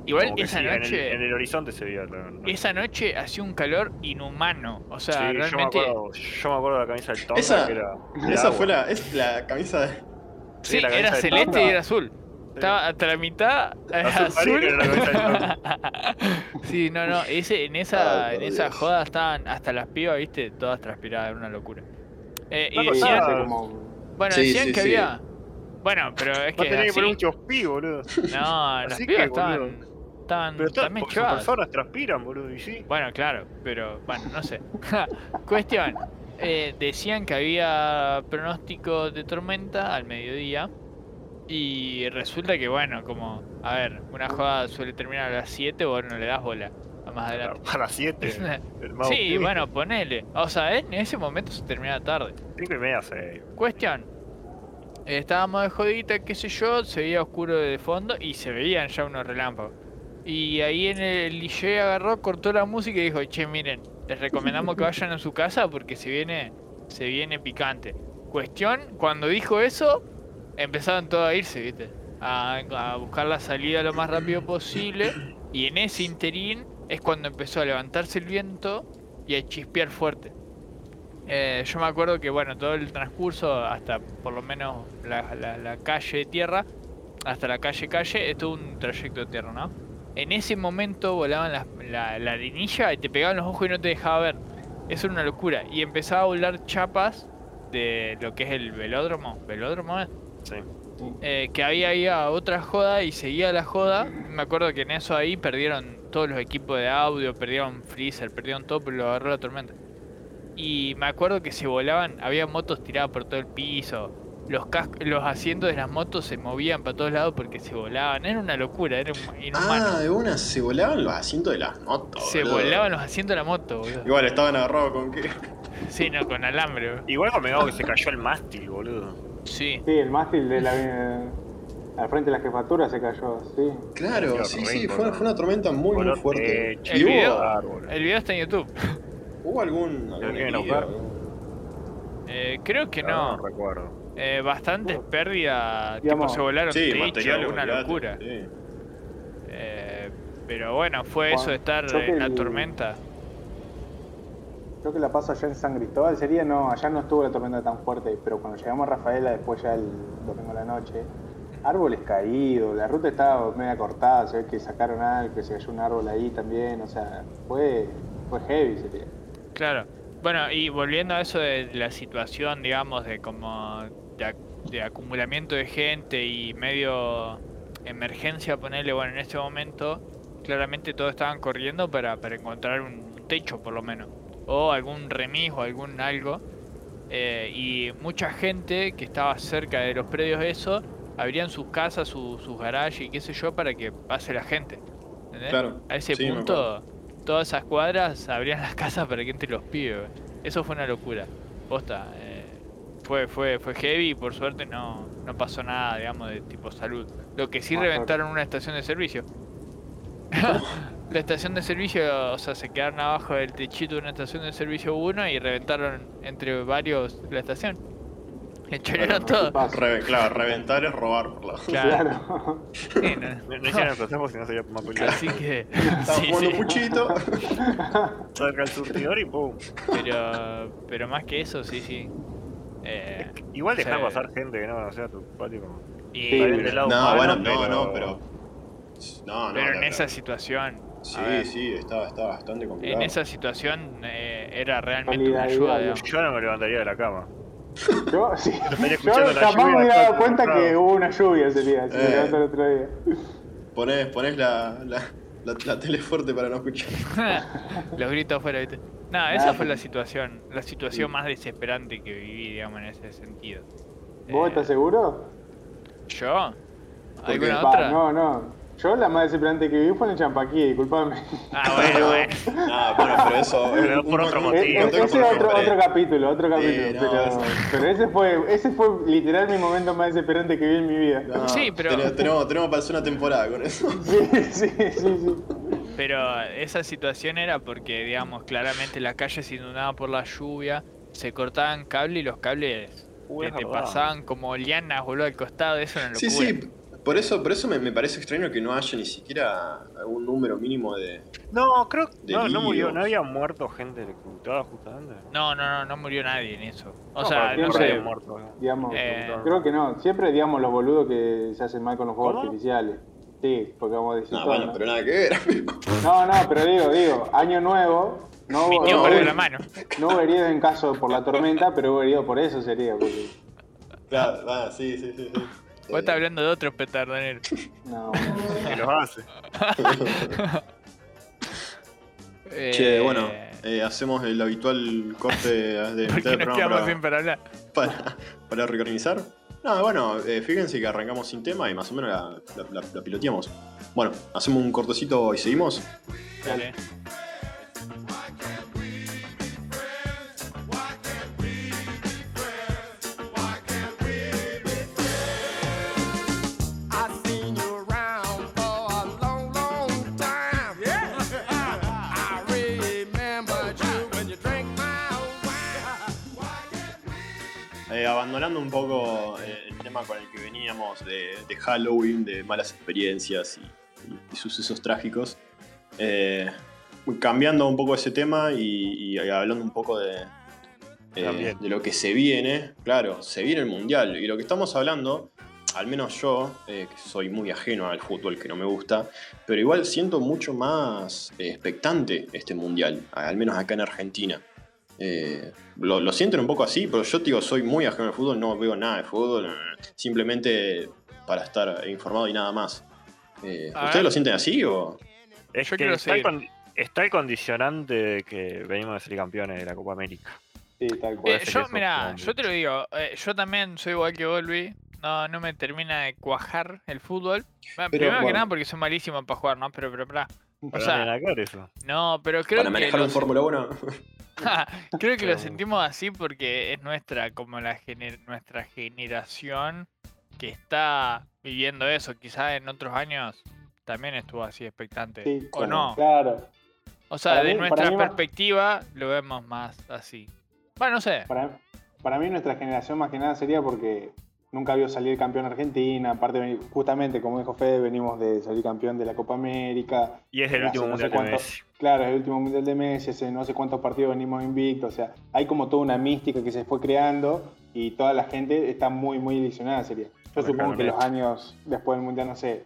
S2: Igual
S3: Como que
S2: esa
S3: sí, en el-
S2: noche.
S3: En el, horizonte se veía la. la-
S2: Esa noche hacía un calor inhumano. O
S3: Sí,
S2: sea,
S3: yo, me
S2: realmente.
S3: acuerdo, yo me acuerdo de la camisa del Tonga
S1: Esa-
S3: que era. el
S1: Esa
S3: agua.
S1: fue la, es la camisa de...
S2: Sí,
S3: Sí, la
S2: era
S3: cabeza de
S2: celeste y
S4: Tonga.
S2: era azul. Estaba hasta la mitad eh,
S3: Azul marino
S2: azul.
S3: era la cabeza
S2: sí, no, no. Ese, en esa,
S1: Ay,
S2: en
S1: por
S2: esa
S1: Dios.
S2: joda estaban hasta las pibas, viste, todas transpiradas, era una locura. Eh, y
S3: Una cosa-
S2: decían,
S3: Ah.
S4: como-
S2: bueno,
S1: Sí,
S2: decían
S1: sí,
S2: que
S1: sí.
S2: había. Bueno, pero es
S3: Va a
S2: que.
S3: tener que
S2: Así,
S3: poner un chospí, boludo.
S2: no, las
S3: Así
S2: pibas
S3: que, boludo.
S2: estaban, estaban
S3: Pero estas
S2: también
S3: sus
S2: chovadas.
S3: personas transpiran, boludo, y sí.
S2: Bueno, claro, pero bueno, no sé. Cuestión. eh, decían que había pronóstico de tormenta al mediodía. Y resulta que, bueno, como, a ver, una jugada suele terminar a las 7, vos no le das bola. a Más adelante.
S3: A las 7.
S2: sí, bueno, ponele. O sea, en ese momento se terminaba tarde.
S3: 5 y media, 6.
S2: Cuestión. eh, Estábamos de jodita, qué sé yo, se veía oscuro de fondo y se veían ya unos relámpagos. Y ahí en el DJ agarró, cortó la música y dijo, che, miren, les recomendamos que vayan a su casa porque se viene, se viene picante. Cuestión, cuando dijo eso, empezaron todos a irse, viste, a, a buscar la salida lo más rápido posible. Y en ese interín es cuando empezó a levantarse el viento y a chispear fuerte. Eh, yo me acuerdo que, bueno, todo el transcurso, hasta por lo menos la, la- la calle de tierra, hasta la calle calle, es todo un trayecto de tierra, ¿no? En ese momento volaban las- la, la arenilla y te pegaban los ojos y no te dejaba ver. Eso era una locura. Y empezaba a volar chapas de lo que es el velódromo. ¿Velódromo? eh?
S3: Sí.
S2: Eh, que había ahí a otra joda y seguía la joda. Me acuerdo que en eso ahí perdieron todos los equipos de audio, perdieron freezer, perdieron todo, pero lo agarró la tormenta. Y me acuerdo que se volaban, había motos tiradas por todo el piso, los, cas- los asientos de las motos se movían para todos lados porque se volaban. Era una locura, era un- inhumano.
S1: Ah, de una, se volaban los asientos de las motos.
S2: se
S1: boludo.
S2: volaban los asientos de la moto, boludo.
S1: Igual estaban agarrados con qué.
S2: Sí, no, con alambre, boludo.
S3: Igual con Megago que se cayó el mástil, boludo.
S2: Sí.
S4: Sí, el mástil de la, eh, al frente de la jefatura se cayó, sí.
S1: Claro,
S3: Qué
S1: sí,
S3: horrible,
S1: sí, fue,
S3: ¿no?
S1: fue una tormenta muy, muy
S3: Voló
S1: fuerte.
S3: techo,
S1: eh, ¿Y
S2: El video-
S1: hubo,
S3: árbol.
S2: El video está en YouTube.
S1: hubo algún, algún
S3: que
S1: herido,
S3: nos va.
S1: algún-
S2: Eh, creo que
S3: No,
S1: Ah,
S2: no.
S3: no recuerdo.
S2: Eh, bastantes pérdidas. Tipo,
S4: Digamos,
S2: se volaron
S1: Sí,
S2: techos,
S1: material,
S2: una
S1: olvidate,
S2: locura.
S1: sí.
S2: Eh, pero bueno, fue eso de estar
S4: Yo que
S2: en la
S4: el-
S2: tormenta.
S4: Creo que la paso allá en San Cristóbal sería, no, allá no estuvo la tormenta tan fuerte, pero cuando llegamos a Rafaela después ya el domingo a la noche, árboles caídos, la ruta estaba media cortada, se ve que sacaron algo, que se cayó un árbol ahí también, o sea, fue, fue heavy sería.
S2: Claro. Bueno, y volviendo a eso de la situación, digamos, de como de, ac- de acumulamiento de gente y medio emergencia, ponerle, bueno, en este momento claramente todos estaban corriendo para, para encontrar un techo por lo menos, o algún remis o algún algo. Eh, y mucha gente que estaba cerca de los predios de eso, abrían sus casas, su- sus garajes y qué sé yo para que pase la gente. ¿entendés?
S1: Claro,
S2: A ese
S1: sí, me
S2: punto, todas esas cuadras abrían las casas para que entre los pibes. Eso fue una locura. Posta. eh, fue, fue, fue heavy y por suerte no, no pasó nada, digamos, de tipo salud. Lo que sí
S4: Ah, claro.
S2: reventaron una estación de servicio. La estación de servicio, o sea, se quedaron abajo del techito de una estación de servicio 1 y reventaron entre varios la estación. Echaron todo.
S4: Paso,
S1: Re- claro, reventar es robar por la.
S2: Claro.
S4: Claro.
S2: sí, no.
S3: No, no hicieron el platón porque si no sería más peligroso.
S2: Así que.
S1: Estaba
S2: sí,
S1: jugando
S2: sí.
S1: puchito.
S3: Cerca el surtidor y pum.
S2: Pero, pero más que eso, sí, sí. Eh,
S3: Igual dejar
S2: Sí.
S3: pasar gente que no conocía a tu patio. como-
S2: y-
S4: Sí,
S3: Está bien
S2: pero
S3: del lado
S1: no,
S3: humano,
S1: bueno, no, no, pero. No, no. la-
S2: en
S1: la-
S2: esa situación,
S1: Sí,
S2: a ver.
S1: sí, estaba, estaba bastante complicado.
S2: en esa situación eh, era realmente una
S4: Solidaridad.
S2: ayuda. digamos.
S3: Yo no me levantaría de la cama.
S4: Yo, sí.
S3: venía
S4: Yo
S3: escuchando la
S4: jamás
S3: lluvia
S4: me había
S3: acá,
S4: dado cuenta
S3: claro.
S4: que hubo una lluvia ese día, se me
S1: Eh.
S4: levantó el otro día.
S1: Ponés, ponés la, la, la, la tele fuerte para no escuchar.
S2: Los gritos fuera, ¿viste? No, esa
S4: Nada.
S2: fue la situación, la situación
S1: Sí.
S2: más desesperante que viví, digamos, en ese sentido.
S4: ¿Vos
S2: Eh,
S4: estás seguro?
S2: ¿Yo?
S1: Porque,
S2: ¿Alguna
S4: Pa,
S2: otra?
S4: no, no. Yo la más desesperante que viví fue en el Champaquí, disculpame.
S2: Ah, bueno, bueno.
S1: Ah, bueno, pero eso.
S3: Pero por otro motivo.
S4: E-
S3: Sí,
S4: e-
S3: otro
S4: ese es otro, otro capítulo, otro capítulo.
S1: no,
S4: pero,
S1: es-
S4: pero ese fue ese fue literal mi momento más desesperante que vi en mi vida.
S1: No,
S2: Sí, pero-
S1: Tenemos, tenemos, tenemos para hacer una temporada con eso.
S4: Sí, sí, sí, sí.
S2: Pero esa situación era porque, digamos, claramente la calle se inundaba por la lluvia, se cortaban cables y los cables
S3: Uy,
S2: que
S3: es
S2: te
S3: verdad.
S2: pasaban como lianas, boludo, al costado, eso era una
S1: Sí,
S2: locura.
S1: sí, por eso, por eso me, me parece extraño que no haya ni siquiera algún número mínimo de.
S3: No, creo que no, no
S1: Delirios.
S3: murió, no había muerto gente electrocutada justamente.
S2: No, no, no, no murió nadie en eso. O
S3: No,
S2: sea,
S3: pero
S2: no
S4: siempre
S2: sé.
S3: había muerto. ¿no?
S4: Digamos,
S2: Eh.
S4: creo que no. Siempre, digamos, los boludos que se hacen mal con los juegos
S3: ¿Cómo?
S4: artificiales. Sí, porque vamos a decir.
S1: No,
S4: todo,
S1: Ah, bueno,
S4: ¿no?
S1: pero nada que ver, amigo.
S4: no, no, pero digo, digo, año nuevo. No,
S2: Mi
S4: hubo-
S2: tío
S4: no
S2: perdió
S4: hubo-
S2: la mano.
S4: no hubo heridos en caso por la tormenta, pero hubo heridos por eso sería. Porque,
S1: Claro, ah, sí, sí, sí. sí.
S2: Vos estás hablando de otro petardonero.
S4: no,
S3: Que los hace.
S1: Che,
S2: Eh,
S1: bueno, eh, hacemos el habitual corte de mitad
S2: Porque
S1: del
S2: nos
S1: programa
S2: quedamos
S1: para,
S2: sin para hablar.
S1: para, para reorganizar. No, bueno, eh, fíjense que arrancamos sin tema y más o menos la, la- la- la piloteamos. Bueno, hacemos un cortocito y seguimos.
S2: Dale.
S5: I seen you around for a long, long time. Yeah. I remember you when you drank my wine.
S1: Eh, abandonando un poco eh, el tema con el que veníamos de, de Halloween, de malas experiencias y, y- y sucesos trágicos, eh, cambiando un poco ese tema y, y hablando un poco de, eh,
S3: También.
S1: de lo que se viene, claro, se viene el Mundial y lo que estamos hablando, al menos yo, eh, que soy muy ajeno al fútbol que no me gusta, pero igual siento mucho más eh, expectante este Mundial, al menos acá en Argentina. Eh, lo, lo sienten un poco así, pero yo te digo, soy muy ajeno al fútbol, no veo nada de fútbol, eh, simplemente para estar informado y nada más. Eh,
S2: A ver.
S1: ¿Ustedes lo sienten así o...?
S3: Es
S2: Yo
S3: que
S2: quiero
S3: está el,
S2: seguir.
S3: condi- está el condicionante de que venimos de ser campeones de la Copa América.
S4: sí, tal
S2: Eh,
S4: cual.
S3: Puede ser que
S2: yo,
S3: eso
S2: mira,
S3: cambie.
S2: yo te lo digo, eh, yo también soy igual que vos, Luis. No, no me termina de cuajar el fútbol.
S1: Pero,
S2: Bueno, primero que
S1: bueno.
S2: nada porque soy malísimo para jugar, ¿no? Pero, pero, pará.
S3: Pero
S2: sea,
S3: no tiene nada que ver eso.
S2: No, pero creo
S1: Para
S2: que
S1: manejar un
S2: los-
S1: Fórmula 1.
S2: Creo que
S3: Pero
S2: lo
S3: bueno.
S2: sentimos así porque es nuestra, como la gener- nuestra generación que está viviendo eso. Quizás en otros años también estuvo así expectante.
S4: Sí,
S2: o no.
S4: Claro.
S2: O sea,
S4: Para
S2: de
S4: mí- para
S2: nuestra
S4: mí más-
S2: perspectiva lo vemos más así. Bueno, no sé.
S4: Para, para mí nuestra generación más que nada sería porque nunca vio salir campeón Argentina, aparte veni- justamente como dijo Fede, venimos de salir campeón de la Copa América,
S3: Y es el
S4: Hace
S3: último
S4: no sé
S3: mundial de
S4: cuánto.
S3: Messi.
S4: claro, es el último Mundial de Messi, hace no sé cuántos partidos venimos invictos, o sea, hay como toda una mística que se fue creando y toda la gente está muy, muy ilusionada sería. Yo
S3: Claro,
S4: supongo que
S3: claro.
S4: los años después del Mundial, no sé,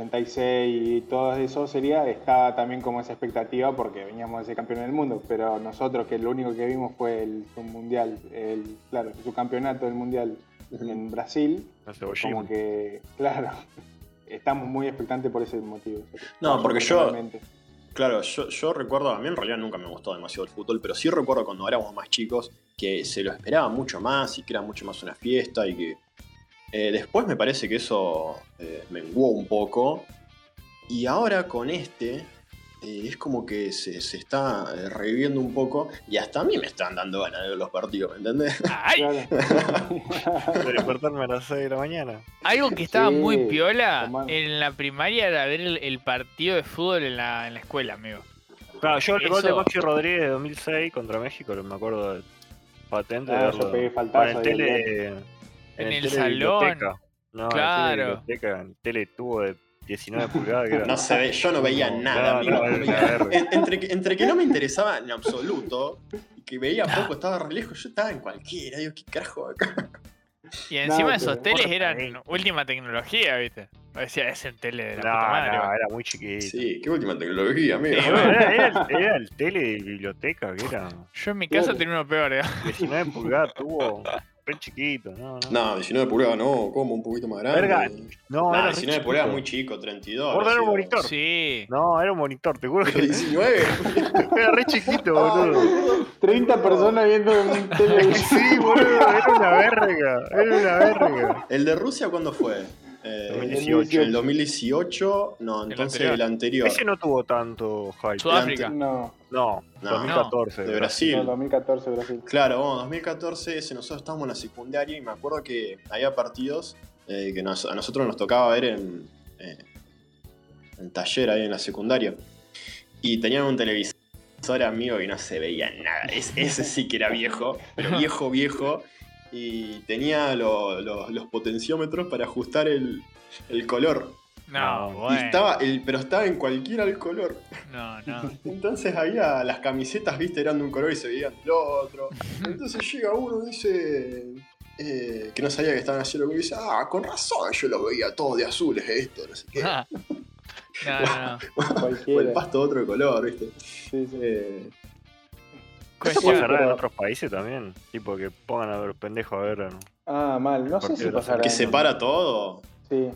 S4: 86 y todo eso sería, estaba también como esa expectativa porque veníamos de ser campeones del mundo, pero nosotros que lo único que vimos fue el, su mundial, el, claro, su campeonato del mundial
S1: Mm.
S4: en Brasil,
S3: No sé,
S4: como
S3: Ojim.
S4: que, claro, estamos muy expectantes por ese motivo. sería.
S1: No, porque yo-
S4: Totalmente.
S1: Claro, yo, yo recuerdo, a mí en realidad nunca me gustó demasiado el fútbol, pero sí recuerdo cuando éramos más chicos que se lo esperaba mucho más y que era mucho más una fiesta y que... eh, después me parece que eso eh, menguó un poco y ahora con este eh, es como que se, se está eh, reviviendo un poco y hasta a mí me están dando ganas de ver los partidos, ¿me entendés?
S2: ¡Ay!
S4: Claro.
S3: Pero despertarme a las 6 de la mañana.
S2: Algo que estaba muy
S4: Sí,
S2: piola
S4: tomá.
S2: en la primaria era ver el, el partido de fútbol en la, en la escuela, amigo.
S3: Claro, yo el gol de
S2: Eso.
S3: Maxi Rodríguez de 2006 contra México, me acuerdo de patente de
S4: Ah, yo
S3: verlo.
S4: pegué
S3: Para
S4: faltazo
S3: el
S4: ahí,
S3: tele.
S2: En el
S3: tele
S2: salón.
S3: biblioteca. No, en el tele
S2: Claro.
S3: biblioteca, en el tele tubo de 19 pulgadas. que era-
S1: No se ve, yo no veía
S3: No,
S1: nada,
S3: no,
S1: amigo.
S3: no, era una verga.
S1: En- entre, que- entre que no me interesaba en absoluto y que veía poco, estaba re lejos, yo estaba en cualquiera, digo, ¿qué carajo acá?
S2: Y encima
S4: No,
S2: esos
S4: pero-
S2: teles
S3: Bien.
S2: eran última tecnología, ¿viste? Parecía, es el tele de la
S3: No,
S2: puta madre.
S3: no, era muy chiquito.
S1: Sí, qué última tecnología, amigo.
S2: Sí, bueno.
S3: Era, era el, era el tele de biblioteca, que era
S2: Yo en mi casa
S4: Claro.
S2: tenía uno peor, ¿eh?
S3: 19 pulgadas tubo, re chiquito, no, no.
S1: No, 19 pulgadas no, como un poquito más grande.
S3: Verga, No,
S1: no,
S3: era re
S1: 19
S3: chiquito.
S1: pulgadas muy chico, 32.
S3: Gordo, era un
S1: habrá sido.
S3: monitor.
S2: Sí.
S3: No, era un monitor, te juro
S1: Pero
S3: que
S1: 19.
S3: era re chiquito, boludo.
S4: 30 personas viendo un televisor.
S3: Sí, boludo, era una verga, era una verga.
S1: ¿El de Rusia cuándo fue? Eh,
S3: 2018.
S1: el 2018, no, entonces el
S2: anterior.
S1: anterior.
S3: Ese no tuvo tanto hype.
S2: Sudáfrica.
S4: No,
S3: No,
S1: No.
S3: 2014.
S1: De
S3: bro.
S1: Brasil.
S4: no, 2014 Brasil.
S1: Claro, bueno, 2014, ese, nosotros estábamos en la secundaria y me acuerdo que había partidos eh, que nos- a nosotros nos tocaba ver en, eh, en taller ahí en la secundaria. Y tenían un televisor amigo que no se veía nada. Es- ese sí que era viejo, pero viejo, viejo. Y tenía lo- lo- los potenciómetros para ajustar el, el color.
S2: No,
S3: No, y
S1: Y
S2: bueno.
S1: estaba el, pero estaba en cualquiera el color.
S2: No, no.
S1: Entonces había las camisetas, viste, eran de un color y se veían del otro. Entonces llega uno y dice eh, que no sabía que estaban haciendo lo que dice, ah, con razón yo lo veía todos de azules esto, no sé qué.
S2: Ah. No, no, no.
S1: O el
S4: Cualquiera.
S1: pasto de otro color, viste.
S4: Sí, sí.
S1: Eh,
S3: ¿Eso puede
S2: Cuestión.
S3: cerrar en
S4: pero-
S3: otros países también? Tipo que pongan a ver pendejos a ver. ¿no?
S4: Ah, mal. No sé
S3: Porque
S4: si
S3: los-
S4: pasará.
S1: que
S4: en-
S1: separa todo.
S4: Sí.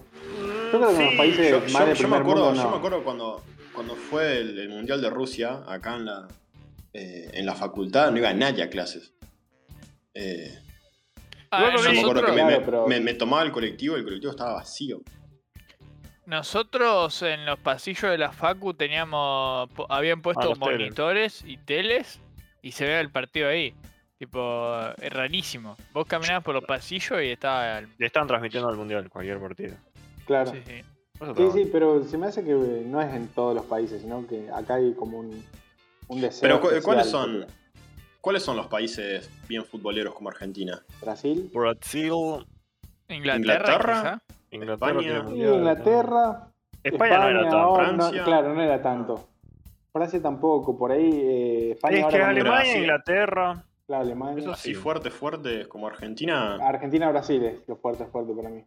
S4: Yo creo que en los países
S1: Yo,
S4: más
S1: yo- yo
S4: de
S1: me
S4: primer
S1: acuerdo,
S4: mundo no.
S1: yo me acuerdo cuando, cuando fue el, el Mundial de Rusia, acá en la, eh, en la facultad, no iba nadie a clases. Eh,
S2: Ah,
S3: Bueno,
S1: yo me acuerdo que me,
S2: nosotros-
S1: me-
S4: Claro, pero-
S1: me- me tomaba el colectivo y el colectivo estaba vacío.
S2: Nosotros en los pasillos de la Facu teníamos. po- habían puesto
S3: los teles.
S2: monitores y teles y se veía el partido ahí. Tipo, es rarísimo. Vos caminabas por los pasillos y estaba. el-
S3: Le están transmitiendo al mundial cualquier partido.
S4: Claro.
S2: Sí, sí.
S3: Eso está
S4: Sí,
S3: bueno.
S4: sí, pero se me hace que no es en todos los países, sino que acá hay como un, un deseo.
S1: Pero cu-
S4: especial.
S1: ¿cuáles son? ¿Cuáles son los países bien futboleros como Argentina?
S4: Brasil,
S3: Brasil,
S2: Inglaterra.
S1: ¿Inglaterra?
S2: quizá.
S3: Inglaterra
S1: España.
S3: tiene mundial.
S4: Inglaterra,
S3: España, no era tan.
S4: ahora,
S1: Francia.
S4: no, claro, no era tanto. Francia tampoco, por ahí eh, España
S3: Es
S4: ahora
S3: que
S4: con
S3: Alemania, e
S1: Brasil.
S3: Inglaterra.
S4: la Alemania.
S3: Eso
S1: Así
S3: Sí.
S1: fuertes, fuertes como Argentina.
S4: Argentina, Brasil es lo fuerte, fuerte para mí.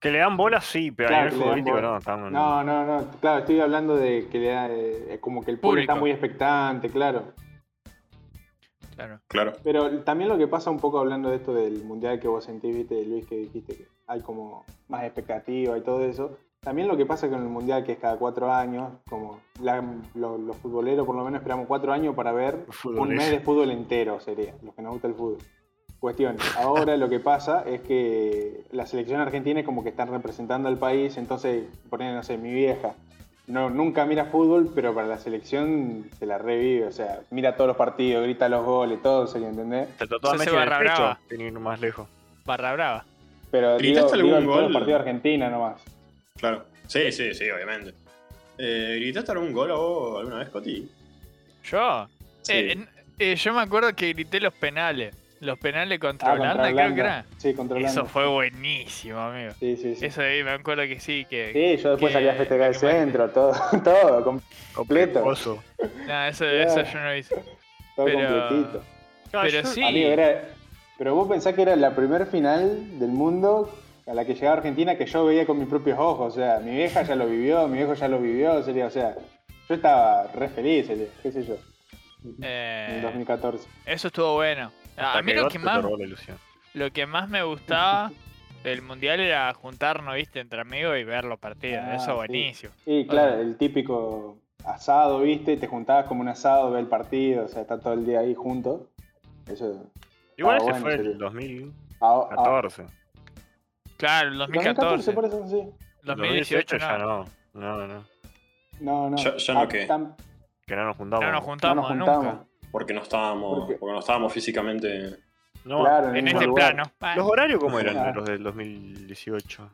S3: Que le dan bola, sí, pero
S4: Claro,
S3: a nivel
S4: que le dan
S3: futbolístico
S4: bola.
S3: Oh, no. Están,
S4: No, no, no, claro, estoy hablando de que le da, eh, como que el público
S2: Público.
S4: está muy expectante, claro.
S2: Claro.
S1: Claro.
S4: Pero también lo que pasa un poco hablando de esto del mundial que vos sentís, viste, Luis, que dijiste que hay como más expectativa y todo eso. También lo que pasa con el mundial, que es cada cuatro años, como la- lo- los futboleros por lo menos esperamos cuatro años para ver
S3: Los
S4: un
S3: futboleros.
S4: mes de fútbol entero, sería, los que nos gusta el fútbol. Cuestión, ahora lo que pasa es que la selección argentina es como que están representando al país, entonces, ponen, no sé, mi vieja, no, nunca mira fútbol, pero para la selección se la revive. O sea, mira todos los partidos, grita los goles, todo, ¿se ¿entendés?
S3: Te trató a
S2: Ese
S3: Messi en el
S2: barra
S3: pecho,
S2: brava.
S3: sin ir más lejos.
S2: Barra Brava.
S4: Pero digo,
S1: ¿Gritaste
S4: digo
S1: algún
S4: en todos los
S1: gol?
S4: partidos de Argentina nomás.
S1: Claro. Sí, sí, sí, obviamente. Eh, ¿Gritaste algún gol a vos alguna vez, Coti?
S2: Yo.
S1: Sí.
S2: Eh, en- eh, yo me acuerdo que grité los penales. Los penales contra
S4: Ah,
S2: Holanda,
S4: contra
S2: creo que
S4: Holanda.
S2: era.
S4: Sí, contra Holanda.
S2: Eso fue buenísimo, amigo.
S4: Sí, sí, sí.
S2: Eso ahí me acuerdo que sí, que.
S4: Sí, yo después
S2: que-
S4: salí a festejar el
S2: que mal-
S4: centro, todo, todo, com- Completo.
S3: Oso.
S2: No, eso, eso yo no lo hice.
S4: todo
S2: Pero-
S4: completito.
S2: Pero sí.
S4: Amigo, era- pero vos pensás que era la primer final del mundo a la que llegaba Argentina que yo veía con mis propios ojos. O sea, mi vieja ya lo vivió, mi viejo ya lo vivió, sería, o sea, yo estaba re feliz, sería, qué sé yo, en
S2: Eh,
S4: 2014.
S2: Eso estuvo bueno. A a mí lo que, más,
S3: robó la ilusión.
S2: lo que más me gustaba del mundial era juntarnos, viste, entre amigos y ver los partidos.
S4: Ah,
S2: eso
S4: sí.
S2: buenísimo.
S4: Y claro, el típico asado, ¿viste? Te juntabas como un asado, ver el partido, o sea, está todo el día ahí juntos. Eso.
S3: Igual
S4: Ah,
S3: ese
S4: bueno,
S3: fue
S4: sería.
S3: el 2014.
S4: ah, ah,
S2: Claro, el 2014.
S4: 2014, por eso sí.
S2: 2018
S3: ya
S2: no.
S3: no. No, no.
S4: No, no.
S1: Ya- ya no
S4: Ah,
S1: qué.
S4: tam-
S3: Que no nos juntamos.
S2: No nos
S4: no
S2: juntamos
S4: nos juntamos.
S2: nunca.
S1: Porque no estábamos,
S4: ¿Por qué?
S1: porque no estábamos físicamente.
S3: No,
S4: Claro, en, el
S2: En
S4: mismo
S2: este
S4: lugar.
S2: plano. Ah,
S3: ¿Los horarios cómo
S4: Ah.
S3: eran los del 2018?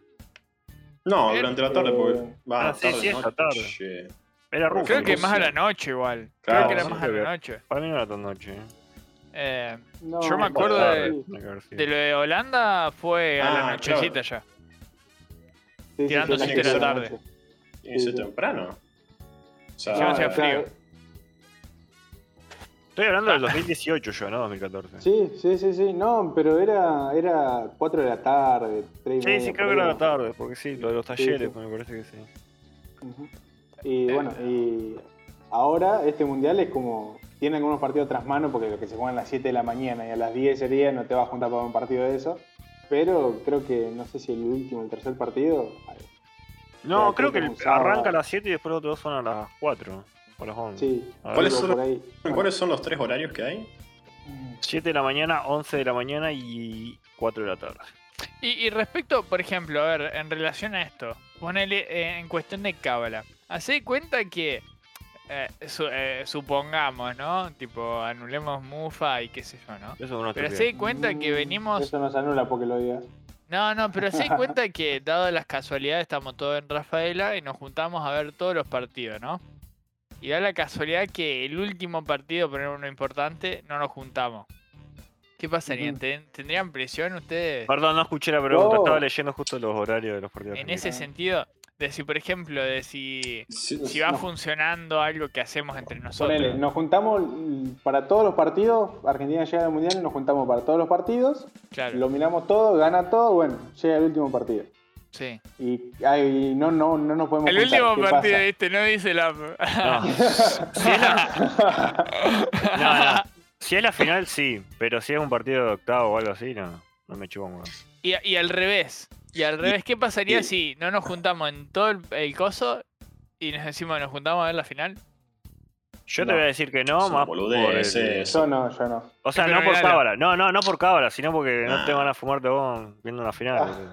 S1: No,
S2: Eh,
S1: durante la tarde, porque.
S4: eh,
S1: Va,
S3: ah, sí, sí, esta
S1: noche.
S3: Era rufo.
S2: Creo que
S1: Sí.
S2: más a la noche igual.
S1: Claro,
S2: Creo que
S1: sí,
S2: era más a la
S3: creo que-
S2: noche.
S3: Para mí no era tan noche. eh.
S2: Eh,
S4: No,
S2: Yo me
S4: no,
S2: acuerdo
S4: no,
S2: de-
S4: sí,
S3: Tiene que haber sido.
S2: de lo de Holanda fue a la
S1: Ah,
S2: nochecita ya.
S4: sí, sí,
S2: tirando
S4: sí,
S1: siete de la
S2: tarde.
S4: noche.
S1: Inició
S4: Sí, sí.
S1: temprano. O sea,
S2: Encima hacía
S4: Ah, Claro,
S2: frío.
S4: claro.
S3: Estoy hablando del 2018 yo, no 2014.
S4: Sí, sí, sí, sí. No, pero era, era 4 de la tarde, 3
S3: Sí,
S4: y
S3: sí, creo
S4: media,
S3: que
S4: por
S3: era
S4: ahí.
S3: la tarde, porque sí, lo de los talleres,
S4: sí.
S3: me parece que sí.
S4: Ujú.
S3: Eh,
S4: Y bueno, y ahora este mundial es como. Tiene algunos partidos tras mano porque lo que se juega a las 7 de la mañana y a las 10 sería, no te vas a juntar para un partido de eso. Pero creo que, no sé si el último, el tercer partido.
S3: No, creo
S4: Ya, creo
S3: que
S4: que
S3: el-
S4: un sábado.
S3: arranca a las 7 y después los otros dos son a las 4 o a las 11.
S4: Sí,
S3: A ver.
S1: ¿Cuáles
S4: algo
S1: son
S4: por ahí.
S1: ¿Cuáles son los tres horarios que hay?
S3: 7 de la mañana, 11 de la mañana y 4 de la tarde.
S2: Y, y respecto, por ejemplo, a ver, en relación a esto, ponele eh, en cuestión de cábala. Hacé cuenta que, eh, su- eh, supongamos, ¿no? Tipo, anulemos Mufa y qué sé yo, ¿no?
S3: Eso es una
S2: Pero
S3: estupidez.
S2: hacé cuenta que
S4: Mm,
S2: venimos,
S4: Eso nos anula porque lo digas.
S2: No, no, pero se dan cuenta que, dado las casualidades, estamos todos en Rafaela y nos juntamos a ver todos los partidos, ¿no? Y da la casualidad que el último partido, poner uno importante, no nos juntamos. ¿Qué pasaría?
S4: Ujú.
S2: ¿Ten- ¿Tendrían presión ustedes?
S3: Perdón, no escuché la pregunta.
S4: Oh.
S3: Estaba leyendo justo los horarios de los partidos.
S2: En
S3: argentinos.
S2: ese sentido, de si, por ejemplo, de si,
S1: Sí,
S2: si va
S4: No.
S2: funcionando algo que hacemos entre nosotros.
S4: Ponele, nos juntamos mm, para todos los partidos. Argentina llega al mundial y nos juntamos para todos los partidos.
S2: claro,
S4: Lo miramos todo, gana todo. Bueno, llega el último partido.
S2: sí.
S4: Y ay, no, no, no nos podemos
S2: El
S4: juntar,
S2: último
S4: ¿qué
S2: partido,
S4: pasa?
S2: este no dice la...
S3: No. No, no. Si es la final, sí. Pero si es un partido de octavo o algo así, no. No me chupo
S2: Y, y al revés. Y al revés, ¿qué pasaría
S1: y-
S2: si no nos juntamos en todo el, el coso y nos decimos nos juntamos a ver la final?
S3: Yo
S1: No.
S3: te voy a decir que no,
S1: Son
S3: más
S1: boludeces.
S3: por el-
S4: Yo no, yo no.
S3: O sea,
S2: Pero
S3: no por
S2: mirala.
S3: cábala. No, no, no por cábala, sino porque no te
S1: Ah.
S3: van a fumarte vos viendo una final.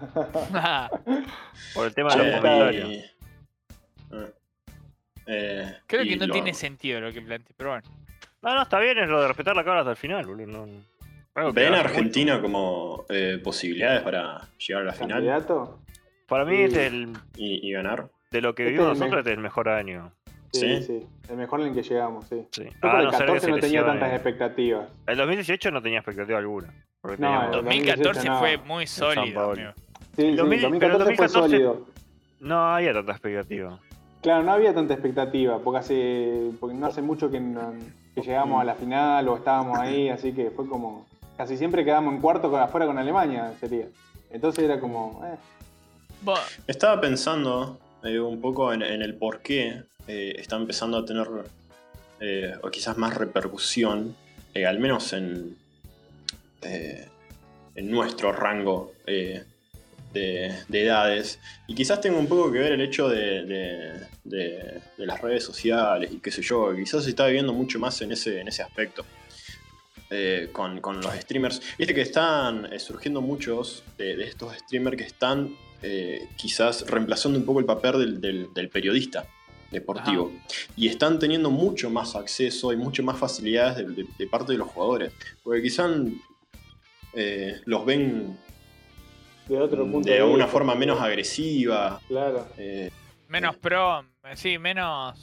S2: Ah,
S3: Por el tema de los
S1: Che,
S3: comentarios.
S1: y- Ah. Eh,
S2: Creo
S1: y
S2: que no
S1: lo-
S2: tiene sentido lo que planteé, pero bueno.
S3: No, no, está bien, es lo de respetar la cábala hasta el final, boludo. No, no. Algo que
S1: ¿Ven a
S3: hace mucho.
S1: Argentina como eh, posibilidades para llegar a la final
S4: ¿Candidato?
S3: Para mí,
S4: Sí.
S3: este es el-
S1: y, y ganar?
S3: de lo que
S4: Este
S3: vivimos
S4: es el
S3: nosotros, este es el mejor año.
S4: Sí,
S1: Sí.
S4: sí. El mejor en el que llegamos, sí.
S3: Sí.
S4: Yo
S3: Ah,
S4: por el
S3: no ser que
S4: 14 no
S3: se
S4: tenía
S3: lesione.
S4: tantas expectativas.
S3: El 2018 no tenía expectativa alguna. Porque
S4: No,
S3: teníamos-
S4: el
S2: 2014
S4: no.
S2: fue muy sólido,
S3: Paoli.
S2: amigo.
S4: Sí, sí,
S3: 2000 pero
S4: 2014 fue
S3: 2014
S4: sólido.
S3: no había tanta expectativa.
S4: Claro, no había tanta expectativa, porque hace porque no hace mucho que, no- que llegamos a la final o estábamos ahí, así que fue como... Casi siempre quedamos en cuarto con, afuera con Alemania, sería. Entonces era como... eh,
S2: Bo-
S1: Estaba pensando eh, un poco en, en el por qué eh, está empezando a tener, eh, o quizás más repercusión, eh, al menos en, eh, en nuestro rango eh, de, de edades. Y quizás tenga un poco que ver el hecho de, de- de- de las redes sociales y qué sé yo, quizás se está viviendo mucho más en ese, en ese aspecto. eh, con, con los streamers. Viste que están eh, surgiendo muchos de, de estos streamers que están eh, quizás reemplazando un poco el papel del, del- del periodista deportivo. Y están teniendo mucho más acceso y mucho más facilidades de, de- de parte de los jugadores. Porque quizás eh, los ven
S4: de otro punto
S1: Mm, de una
S4: vista.
S1: forma menos agresiva.
S4: Claro.
S1: eh,
S2: menos pro, sí, menos...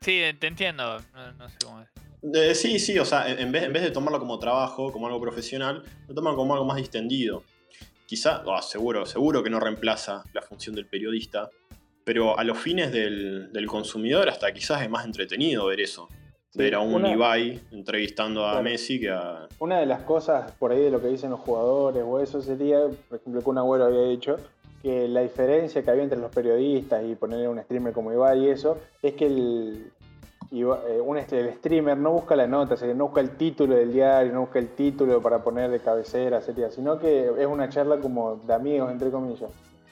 S2: Sí, te entiendo. No, no sé cómo es.
S1: de- sí, sí, o sea, en en vez, en vez de tomarlo como trabajo, como algo profesional, lo toman como algo más distendido. Quizá, ah, seguro, seguro que no reemplaza la función del periodista, pero a los fines del, del consumidor hasta quizás es más entretenido ver eso.
S4: Sí,
S1: ver a un
S4: una-
S1: Ibai entrevistando a
S4: Claro.
S1: Messi que a...
S4: Una de las cosas por ahí de lo que dicen los jugadores o eso sería, por ejemplo, que un abuelo había dicho, que la diferencia que había entre los periodistas y poner un streamer como Ibai y eso, es que el, Iba- eh, un, est- el streamer no busca la nota, o sea, no busca el título del diario, no busca el título para poner de cabecera, sería, sino que es una charla como de amigos, entre comillas.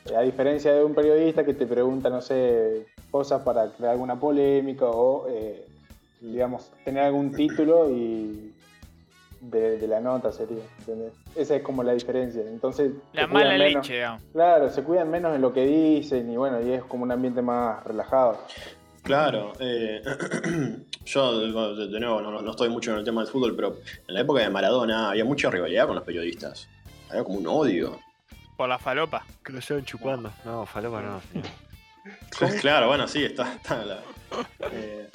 S4: Eh, A diferencia de un periodista que te pregunta, no sé, cosas para crear alguna polémica o... eh, digamos, tener algún título y de, de la nota sería, ¿entendés? Esa es como la diferencia. Entonces,
S2: La
S4: se cuidan
S2: mala
S4: menos-
S2: leche, digamos.
S4: Claro, se cuidan menos en lo que dicen y bueno, y es como un ambiente más relajado.
S1: Claro, eh, yo de de nuevo no, no- no estoy mucho en el tema del fútbol, pero en la época de Maradona había mucha rivalidad con los periodistas. Había como un odio.
S2: Por la falopa.
S3: Que lo estaban chupando. No, falopa no. señor.
S1: Pues Claro, bueno, sí, está, está la, eh,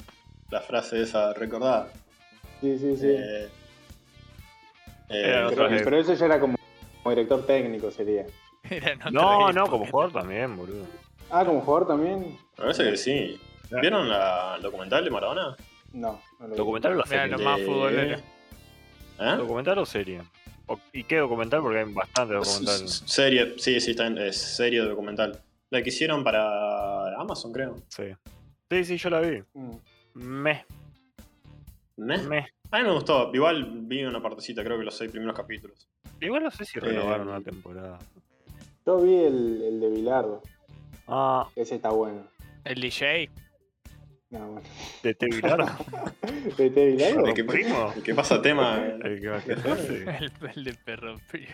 S1: la frase esa recordada.
S4: Sí, sí, sí.
S1: Eh, eh,
S3: Era
S4: pero,
S3: otra vez.
S4: pero eso ya era como, como director técnico sería.
S2: Era en otra
S3: No,
S2: época.
S3: no, como jugador también, boludo.
S4: Ah, como jugador también.
S1: me parece que sí. ¿Vieron la, el documental de Maradona?
S4: No, no lo vi.
S3: ¿Documental o la
S2: Mirá,
S3: serie?
S2: Lo más
S1: De-
S2: futbolero.
S1: ¿Eh?
S3: ¿Ah? ¿Documental o serie? O- ¿Y qué documental? Porque hay bastante documental.
S1: S- s- Serie, sí, sí, está en, es serie documental. La que hicieron para Amazon, creo. ¿Eh?
S3: Sí. Sí, sí, yo la vi.
S4: Mm.
S3: Me,
S1: ¿Meh?
S3: me.
S1: A mí me gustó. Igual vi una partecita, creo que los seis primeros capítulos.
S3: Igual no sé si renovaron la temporada.
S4: Yo vi el, el de Bilardo,
S3: Ah,
S4: ese está bueno.
S2: El DJ.
S4: No, bueno.
S3: de Te Bilardo.
S4: ¿De de Bilardo?
S1: ¿De qué,
S3: primo?
S1: ¿de qué pasa tema?
S3: El que va a quejarse.
S2: El, el de perro frío.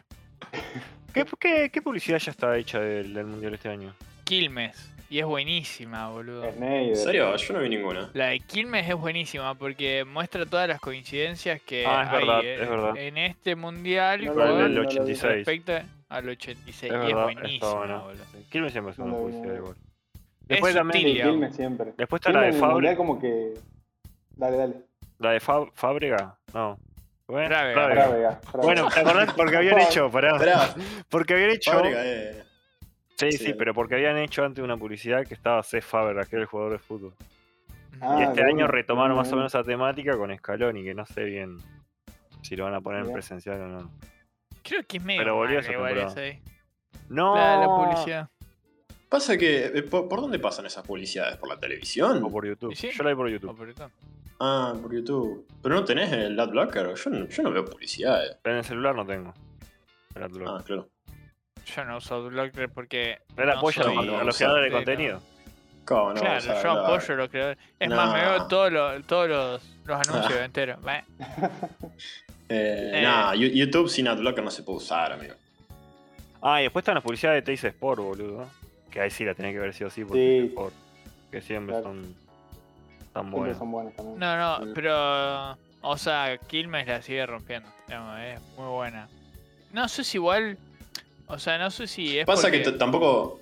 S3: ¿Qué, qué, qué publicidad ya está hecha del, del mundial este año?
S2: Quilmes. Y es buenísima, boludo.
S4: Schneider.
S1: ¿En serio? Yo no vi ninguna.
S2: La de Quilmes es buenísima porque muestra todas las coincidencias que
S3: Ah, es
S2: hay
S3: verdad,
S2: eh,
S3: es verdad.
S2: en este mundial
S4: No
S3: Con
S4: lo
S3: el
S2: con
S4: vi, no lo vi.
S3: 86.
S2: respecto al 86.
S3: Es
S2: y
S3: verdad,
S2: es
S3: está
S2: buenísima,
S3: buena.
S2: boludo.
S3: Kilmer siempre es una
S4: No,
S3: publicidad
S4: no.
S3: de gol.
S2: Es
S3: Después también-
S2: sutil,
S4: Sí,
S2: digamos.
S4: Kilmer siempre.
S3: Después está la
S4: Kilmer
S3: de
S4: en el
S3: Fábrega.
S4: mundial como que... Dale, dale.
S3: La de Fab- Fábrega. No. Bueno,
S2: Frávega.
S4: Frávega, Frávega.
S3: Bueno, ¿te acordás? Porque habían hecho, pará.
S1: Pará,
S3: Porque habían hecho.
S1: Fábrega, eh.
S3: Sí,
S1: Sí,
S3: sí,
S1: dale.
S3: pero porque habían hecho antes una publicidad que estaba C. Fábrega, que era el jugador de fútbol.
S4: Ah,
S3: y este
S4: de
S3: año
S4: una, Mm.
S3: retomaron
S4: de
S3: más o
S4: una.
S3: menos esa temática con Scaloni, que no sé bien si lo van a poner en
S4: Mirá.
S3: presencial o no.
S2: Creo que es medio.
S3: Pero volvió
S2: manga
S3: esa
S2: igual esa,
S3: temporada.
S2: eh.
S3: No,
S2: La, la publicidad.
S1: Pasa que, eh, ¿por, por dónde pasan esas publicidades? ¿Por la televisión?
S3: O por YouTube.
S2: ¿Y sí?
S3: Yo la vi por
S2: Oh,
S3: YouTube.
S2: perdón.
S1: Ah, por YouTube. Pero no tenés el adblocker. Yo no, yo no veo publicidades.
S3: Pero en el celular no tengo. El Outlook.
S1: Ah, claro.
S2: Yo no uso Adblocker porque.
S3: Él
S2: no
S3: apoya a
S2: soy-
S3: los- a los
S1: sí,
S3: creadores de
S2: pero-
S3: contenido.
S1: ¿Cómo no
S2: Claro,
S1: vas a
S2: yo
S1: hablar?
S2: apoyo los creadores. Es
S1: No.
S2: más, me veo todos los, todos los, los anuncios enteros. Bah,
S1: Eh,
S2: Eh.
S1: Nah, Yu- YouTube sin adblocker no se puede usar, amigo.
S3: Ah, y después están las publicidades de Teis Sport, boludo. Que ahí sí la tenés que ver sí o sí por
S4: Sí.
S3: Teis Sport. Que siempre
S4: Claro.
S3: son tan
S4: Siempre
S3: buenas.
S4: son buenos también.
S2: No,
S1: Sí.
S2: no, pero. O sea, Kilmes la sigue rompiendo. digamos, es muy buena. No sé si igual. O sea, no sé si es.
S1: Pasa que
S2: porque-
S1: t- tampoco.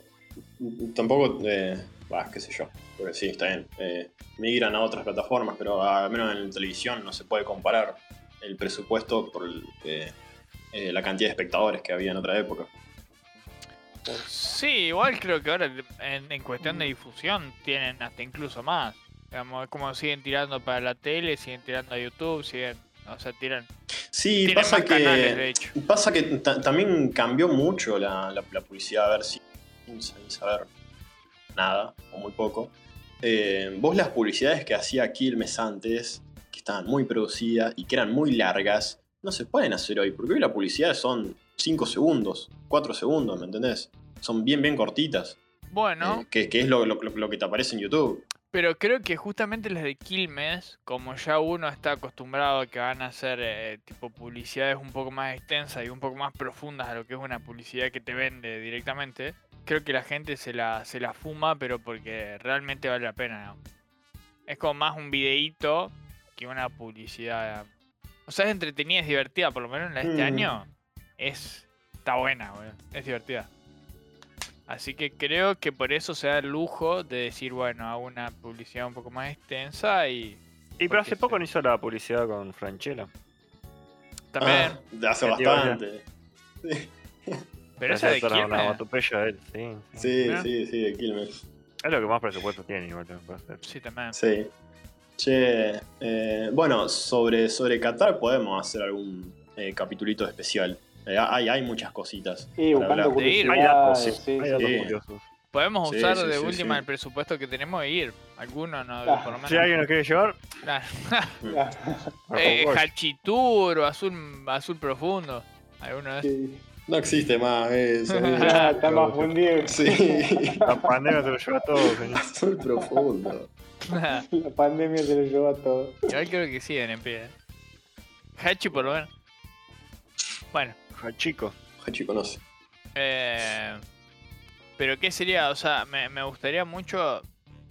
S1: Tampoco. eh, bah, qué sé yo. Porque sí, está bien. eh, migran a otras plataformas, pero al menos en televisión no se puede comparar el presupuesto por el, eh, eh, la cantidad de espectadores que había en otra época.
S2: Sí, igual creo que ahora en, en cuestión de difusión tienen hasta incluso más. Digamos, es como siguen tirando para la tele, siguen tirando a YouTube, siguen. O sea, tiran.
S1: Sí,
S2: tienen
S1: pasa
S2: más canales,
S1: que.
S2: de hecho.
S1: Pasa que ta- también cambió mucho la, la- la publicidad, a ver si sin saber nada, o muy poco. Eh, vos las publicidades que hacía Quilmes antes, que estaban muy producidas y que eran muy largas, no se pueden hacer hoy, porque hoy las publicidades son 5 segundos, 4 segundos, ¿me entendés? Son bien, bien cortitas,
S2: Bueno,
S1: eh, que, que es lo, lo- lo- lo que te aparece en YouTube.
S2: pero creo que justamente las de Quilmes, como ya uno está acostumbrado a que van a hacer eh, tipo publicidades un poco más extensas y un poco más profundas a lo que es una publicidad que te vende directamente, creo que la gente se la, se la fuma, pero porque realmente vale la pena. ¿no? Es como más un videíto que una publicidad. O sea, es entretenida, es divertida, por lo menos la de este
S1: Mm.
S2: año. Es. Está buena, boludo, Es divertida. Así que creo que por eso se da el lujo de decir, bueno, hago una publicidad un poco más extensa y
S3: Y pero
S2: porque
S3: hace poco
S2: se-
S3: no hizo la publicidad con Franchella.
S2: también.
S1: Ah, de hace
S3: Que te vaya.
S1: bastante.
S2: pero esa de
S3: la
S2: Quilmes.
S3: onomatopeya de él, sí, sí.
S1: Sí,
S2: Mirá.
S1: sí, sí, de Quilmes.
S3: Es lo que más presupuesto tiene, igual. para hacer.
S2: Sí, también.
S1: Sí. Che, eh, bueno, sobre, sobre Qatar podemos hacer algún eh, capitulito especial. Eh, hay, hay muchas cositas.
S4: Y
S1: para
S4: buscando
S1: hablar.
S2: Sí,
S3: Hay datos,
S4: curiosidades.
S3: sí,
S4: sí,
S3: hay
S4: sí.
S3: datos
S1: sí.
S3: curiosos.
S2: Podemos
S1: Sí,
S2: usar
S1: sí,
S2: de
S1: sí,
S2: última
S1: sí.
S2: el presupuesto que tenemos e ir. Alguno, no,
S4: Ah,
S2: por lo menos.
S3: Si alguien nos quiere llevar,
S2: Claro.
S3: por
S2: Eh,
S3: favor.
S2: Hachituro, azul, azul profundo. Alguno de esos.
S4: Sí.
S1: No existe más eso.
S4: Ya, Ah, está más
S3: Claro.
S4: fundido.
S1: sí.
S3: la pandemia se lo lleva a todos. señor.
S1: Azul profundo.
S4: La pandemia se lo llevó a todo.
S2: Igual creo que siguen en pie. Hachi, por lo menos. Bueno,
S3: Hachico.
S1: Hachi conoce.
S2: eh, pero ¿qué sería? O sea, me, me gustaría mucho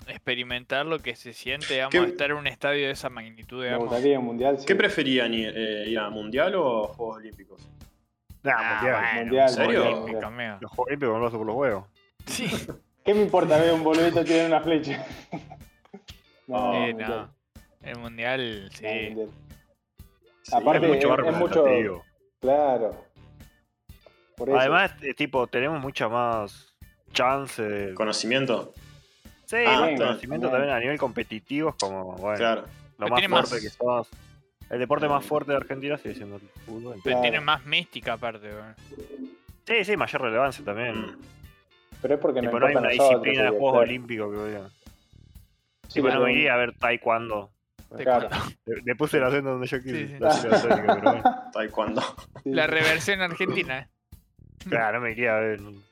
S2: experimentar lo que se siente, digamos,
S1: ¿Qué-
S2: estar en un estadio de esa magnitud,
S4: Me
S2: digamos.
S4: gustaría un mundial. Sí.
S1: ¿Qué preferían ir, eh, ir a Mundial o Juegos Olímpicos?
S3: Nah,
S2: Ah,
S3: mundial.
S2: bueno,
S4: Mundial,
S2: un
S1: ¿serio?
S2: olímpico, amigo.
S3: Los Juegos Olímpicos con los por los huevos.
S2: Sí.
S4: ¿Qué me importa ver un boludito tirar una flecha?
S1: No,
S2: Eh,
S4: mundial.
S2: no. El mundial,
S4: No,
S2: sí.
S4: mundial.
S1: Sí.
S4: Aparte-
S3: es mucho más
S4: es- es mucho-
S3: representativo.
S4: Claro. Por eso.
S3: Además, eh, tipo, tenemos mucha más chance de.
S1: ¿Conocimiento?
S3: Sí,
S1: Ah,
S3: más
S1: bien,
S3: conocimiento
S4: bien.
S3: también a nivel competitivo, es como, bueno,
S1: Claro.
S3: lo
S2: Pero
S3: más
S2: tiene más-
S3: fuerte que somos. El deporte
S4: Eh.
S3: más fuerte de Argentina sigue siendo el fútbol.
S2: Pero
S4: Claro.
S2: tiene más mística aparte, boludo.
S3: Sí, sí, mayor relevancia también.
S1: Mm.
S4: Pero es porque no
S3: Tipo, no hay
S4: importa
S3: una
S4: a nosotros,
S3: disciplina de
S4: sí,
S3: Juegos
S4: claro.
S3: Olímpicos que digan.
S4: Sí,
S3: Tipo, no
S4: claro.
S3: me iría a ver taekwondo.
S4: Claro.
S3: Le, le puse el acento donde yo quise.
S2: Sí, sí.
S3: la ciudad asiática, pero bueno.
S1: Taekwondo.
S4: Sí.
S2: La reversión argentina, eh.
S3: Claro, no me iría a ver un,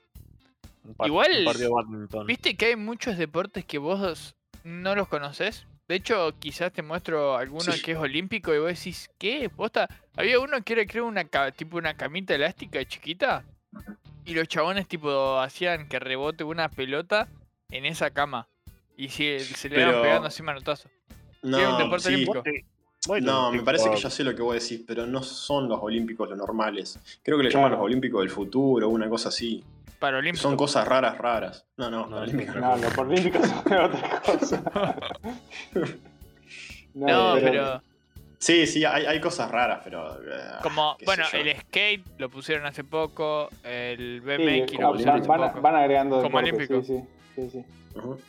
S3: un par-
S2: Igual-
S3: un partido de badminton.
S2: ¿Viste que hay muchos deportes que vos no los conocés? De hecho, quizás te muestro alguno
S1: Sí.
S2: que es olímpico y vos decís, ¿qué? ¿Posta? Había uno que era, creo, una, ca- tipo una camita elástica chiquita y los chabones, tipo, hacían que rebote una pelota en esa cama y se, se le iban
S1: Pero-
S2: pegando así manotazo.
S1: No,
S2: Tiene un deporte
S1: sí.
S2: olímpico.
S3: ¿Vos te, Bueno,
S1: No, me
S3: tipo,
S1: parece que ya sé lo que vos decís, pero no son los olímpicos los normales. Creo que le llaman los olímpicos del futuro, una cosa así.
S2: Paralímpico.
S1: Son cosas raras, raras. No, no, paralímpicos no.
S4: No, los olímpicos son otra cosa.
S2: No, pero
S1: Sí, sí, hay, hay cosas raras, pero. eh,
S2: como,
S1: qué sé
S2: bueno,
S1: yo.
S2: el skate lo pusieron hace poco, el
S4: Sí,
S2: BMX lo
S4: como
S2: pusieron
S4: van,
S2: hace
S4: van-
S2: poco.
S4: van agregando
S2: Como
S4: deportes,
S2: olímpico.
S4: Sí, sí, sí, sí.
S1: Ujú.
S2: Eh,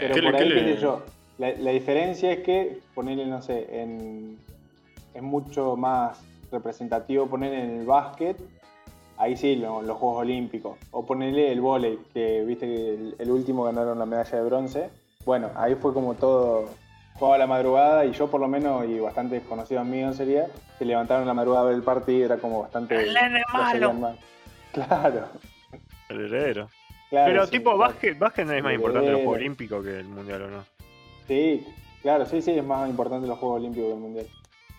S4: Pero
S1: ¿Qué le-
S4: por
S1: qué
S4: ahí,
S1: le-
S4: qué sé yo, la, la diferencia es que ponerle, no sé, en, es mucho más representativo poner en el básquet, ahí sí, lo- los Juegos Olímpicos, o ponerle el vóley, que viste que el, el último ganaron la medalla de bronce, bueno, ahí fue como todo, jugaba a la madrugada y yo por lo menos, y bastantes conocidos míos sería, se levantaron a la madrugada a ver el partido, era como bastante... lo seguían más. Claro,
S3: el heredero.
S4: claro.
S3: Pero
S4: sí,
S3: tipo,
S4: claro.
S3: básquet, básquet no es más
S4: El
S3: importante los Juegos
S4: heredero.
S3: Olímpicos que el Mundial, ¿o no?
S4: Sí, claro, sí, sí, es más importante los Juegos Olímpicos que el Mundial,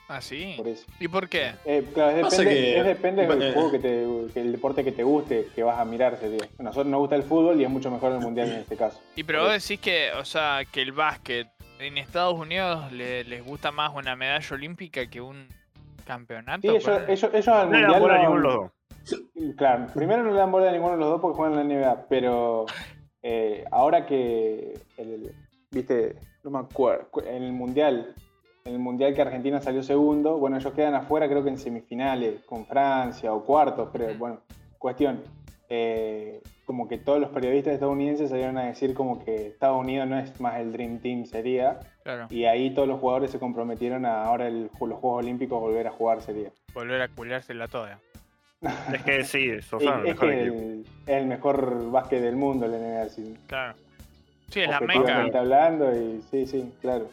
S2: ¿Ah, sí?
S4: por eso.
S2: ¿Y por qué?
S4: Eh, claro, es
S1: Pasa
S4: depende,
S1: que-
S4: es depende
S1: eh,
S4: del juego que te, que el deporte que te guste, que vas a mirar ese día. A nosotros nos gusta el fútbol y es mucho mejor el mundial en este caso.
S2: Y pero vos decís que, o sea, que el básquet en Estados Unidos le- les gusta más una medalla olímpica que un campeonato.
S4: Sí, ellos,
S2: ponele.
S4: ellos, ellos al
S3: No le dan
S4: mundial.
S3: bola a
S4: no-
S3: ninguno de los dos.
S4: Claro, primero no le dan bola a ninguno de los dos porque juegan en la NBA, pero eh, ahora que el- viste, no me acuerdo, cu- en el mundial, en el mundial que Argentina salió segundo, bueno, ellos quedan afuera creo que en semifinales con Francia o cuartos, creo, bueno, cuestión. eh, como que todos los periodistas estadounidenses salieron a decir como que Estados Unidos no es más el Dream Team sería
S2: Claro,
S4: y ahí todos los jugadores se comprometieron a ahora el- los Juegos Olímpicos volver a jugar sería.
S2: volver a culársela toda.
S3: Es que sí, esos
S4: Sí,
S3: son el
S4: es
S3: mejor
S4: que
S3: equipo.
S4: el, es el mejor básquet del mundo, el NBA. sí.
S2: Claro. Sí, es la meca.
S4: Objetivamente hablando, y sí, sí, claro.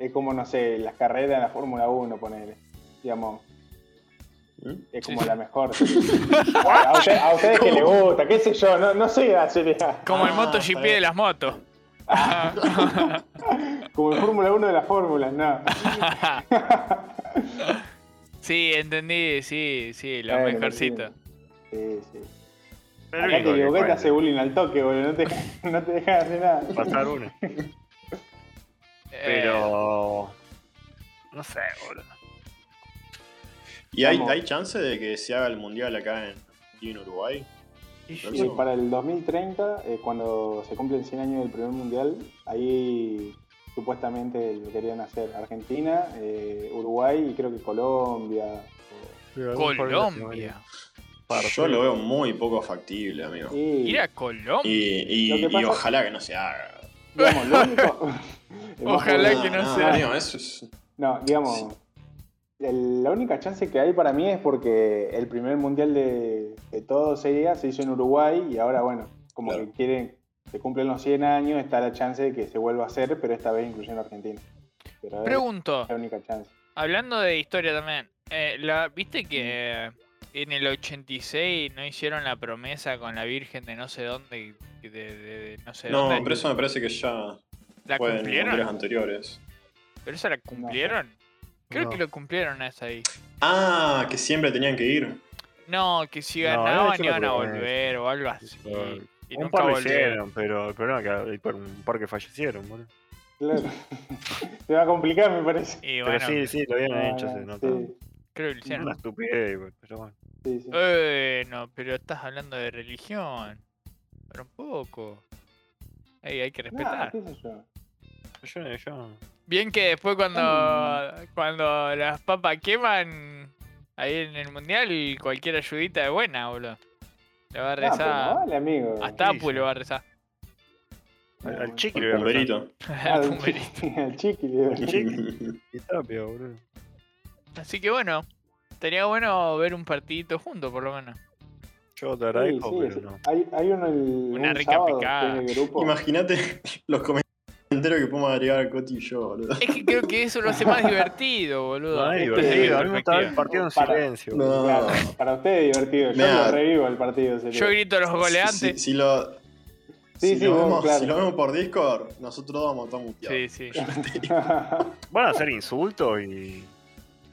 S4: Es como, no sé, las carreras en la Fórmula 1, poner, digamos.
S1: ¿Mm?
S4: Es
S2: Sí,
S4: como
S2: sí.
S4: la mejor. a, usted- a ustedes que les gusta, qué sé yo, no, no soy gasolina.
S2: Como el
S1: Ah,
S2: MotoGP
S1: está bien.
S2: de las motos.
S4: Como el Fórmula 1 de la Fórmula, no.
S2: sí, entendí, sí, sí, lo
S4: Bueno,
S2: mejorcito.
S4: Sí, sí.
S3: Pero
S4: Acá
S3: único
S4: te
S3: que
S4: digo, vete
S3: cuenta.
S4: a hacer bullying al toque, boludo. No te, no te dejas hacer nada.
S3: Pasar uno.
S2: Eh,
S3: Pero. No sé, boludo.
S1: ¿Y hay,
S4: Vamos.
S1: hay chance de que se haga el mundial acá en, y en Uruguay?
S4: Y para el 2030, eh, cuando se cumplen 100 años del primer mundial, ahí supuestamente lo querían hacer Argentina, eh, Uruguay y creo que Colombia. o-
S2: Colombia.
S1: Yo lo veo muy poco factible, amigo. Y,
S4: Y,
S2: Ir a Colombia.
S1: y-
S4: Lo que
S1: y
S4: pasa-
S1: ojalá que no se haga.
S4: digamos, lo único-
S2: Ojalá
S4: Hemos-
S2: que no
S1: no,
S2: sea.
S1: amigo, eso es-
S4: No, digamos, el- la única chance que hay para mí es porque el primer mundial de, de todo sería, se hizo en Uruguay y ahora, bueno, como
S1: Claro.
S4: que quieren, se cumplen los 100 años, está la chance de que se vuelva a hacer, pero esta vez incluyendo a Argentina. Pero es
S2: Pregunto,
S4: la única chance.
S2: hablando de historia también, eh, la, ¿viste que eh, en el 86 no hicieron la promesa con la Virgen de no sé dónde? que De, de- de no sé
S1: No,
S2: dónde?
S1: pero eso me parece que ya
S2: ¿La
S1: fue en mundiales
S2: cumplieron?
S1: anteriores.
S2: ¿Pero esa la cumplieron? Creo
S3: No.
S2: que lo cumplieron hasta ahí.
S1: Ah, que siempre tenían que ir.
S2: No, que si
S3: No,
S2: ganaban
S3: eso
S2: iban a
S3: lo creo.
S2: volver o algo así.
S3: Eso-
S2: Y
S3: un
S2: nunca
S3: par lo
S2: volvieron.
S3: hicieron, pero el problema es que hay por un par que fallecieron, boludo.
S4: Claro. se va a complicar, me parece.
S2: Y
S3: Pero
S2: bueno,
S3: sí, sí, lo habían hecho, se
S4: Ah,
S3: nota.
S4: sí,
S2: creo que lo hicieron.
S3: Una estupidez, boludo, pero bueno.
S4: sí, sí.
S2: Bueno, pero estás hablando de religión. Pero un poco. Ey, hay que
S4: Nah,
S2: respetar.
S4: qué sé yo.
S3: Yo, yo.
S2: Bien que después cuando, cuando las papas queman ahí en el mundial, cualquier ayudita es buena, boludo. Le va a
S4: Nah, Ah, pero
S2: rezar.
S4: vale, amigo.
S2: Hasta
S3: Sí,
S2: Apu
S3: sí.
S2: le va a rezar.
S3: Al, al chiqui le voy a rezar.
S1: Bomberito.
S4: Ah,
S2: Al
S4: el
S2: Pumberito.
S4: chiqui- el chiqui, le digo.
S3: Chiqui y Tapia, boludo.
S2: Así que bueno, estaría bueno ver un partidito juntos, por lo menos.
S3: Yo te
S4: Sí,
S3: agradezco,
S4: sí,
S3: pero
S4: sí.
S3: no.
S4: Hay, hay uno el
S2: Una
S4: un
S2: rica
S4: sábado
S2: picada.
S4: que es de grupo.
S1: Imagínate los comentarios que podemos agregar Coti y yo, boludo.
S2: Es que creo que eso lo hace más divertido, boludo. Este,
S3: No es
S2: Desde mi
S3: divertido, Este, eh, a mí me gustaba el
S2: perspectiva.
S3: partido en
S4: Para.
S3: silencio.
S1: No.
S3: boludo.
S4: Claro, para usted es divertido. Yo
S1: Nah.
S4: lo revivo el partido. sería.
S2: Yo grito los goleantes.
S1: Si, si lo,
S4: Sí,
S1: si
S4: sí,
S1: lo
S4: vos,
S1: vemos,
S4: claro.
S1: si lo vemos por Discord, nosotros dos vamos a estar muteados.
S2: Sí, sí.
S3: Van a hacer insultos y.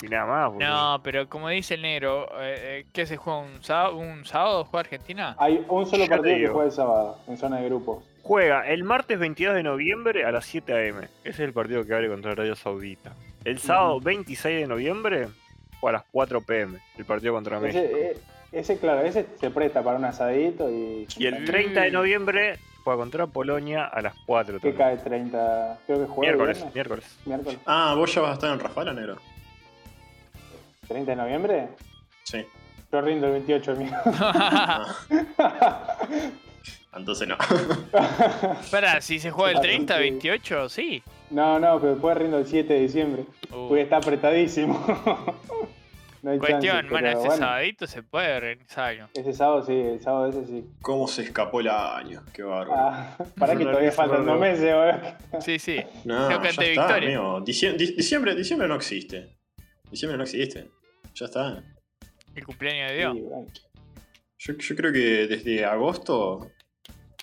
S3: y nada más, boludo.
S2: No, pero como dice el negro, eh, eh, ¿qué se juega un sábado? ¿Un sábado juega Argentina?
S4: Hay un solo
S3: Ya te
S4: partido que
S3: digo.
S4: juega el sábado en zona de grupos.
S3: Juega el martes 22 de noviembre a las 7 am. Ese es el partido que abre contra Arabia Saudita. El sábado 26 de noviembre o a las 4 pm, el partido contra México.
S4: Ese, eh, ese, claro, ese se presta para un asadito y.
S3: Y el 30 de noviembre juega contra Polonia a las 4
S4: ¿Qué
S3: también.
S4: cae 30? Creo que juega. el
S3: Miércoles,
S4: viernes.
S3: miércoles.
S4: Miércoles.
S1: Ah, vos ya vas a estar en Rafala, negro.
S4: ¿30 de noviembre?
S1: Sí.
S4: Yo rindo el 28 de mi-
S1: Ah, entonces no.
S2: Espera, si se juega el
S4: Ah,
S2: 30,
S4: sí.
S2: 28, sí.
S4: No, no, pero después rindo el 7 de diciembre.
S2: Uh,
S4: Porque está apretadísimo. no hay
S2: cuestión,
S4: chance,
S2: bueno,
S4: pero
S2: ese sabadito se puede organizar algo.
S4: Ese sábado sí, el sábado ese sí.
S1: ¿Cómo se escapó el año? Qué bárbaro.
S4: Ah, para que
S3: Yo no
S4: todavía
S3: lo
S4: faltan
S3: hice,
S4: dos
S3: boludo.
S4: meses, boludo.
S2: Sí, sí.
S1: no,
S2: yo
S1: ya
S2: canté
S1: está,
S2: victoria.
S1: amigo. Diciem- di- Diciembre, diciembre no existe. Diciembre no existe. Ya está.
S2: El cumpleaños de Dios.
S4: Sí, bueno.
S1: Yo, yo creo que desde agosto,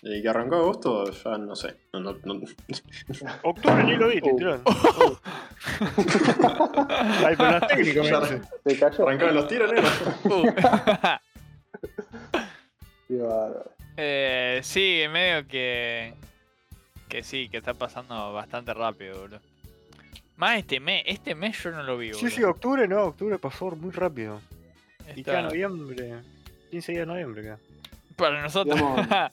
S1: desde que arrancó agosto, ya no sé. No, no, no-
S3: Octubre ni lo vi,
S4: Uh.
S3: tirón. Ay, pero las técnicas me dicen.
S4: Se cayó.
S1: arrancaron los tiros, negro.
S2: Uh.
S4: Qué bárbaro.
S2: Eh, sí, medio que. Que sí, que está pasando bastante rápido, boludo. Más este mes, este mes yo no lo vi, boludo.
S3: Sí, sí, octubre no, octubre pasó muy rápido. Y
S2: Está-
S3: queda noviembre. 15 días de noviembre queda.
S2: Para nosotros.
S4: Digamos-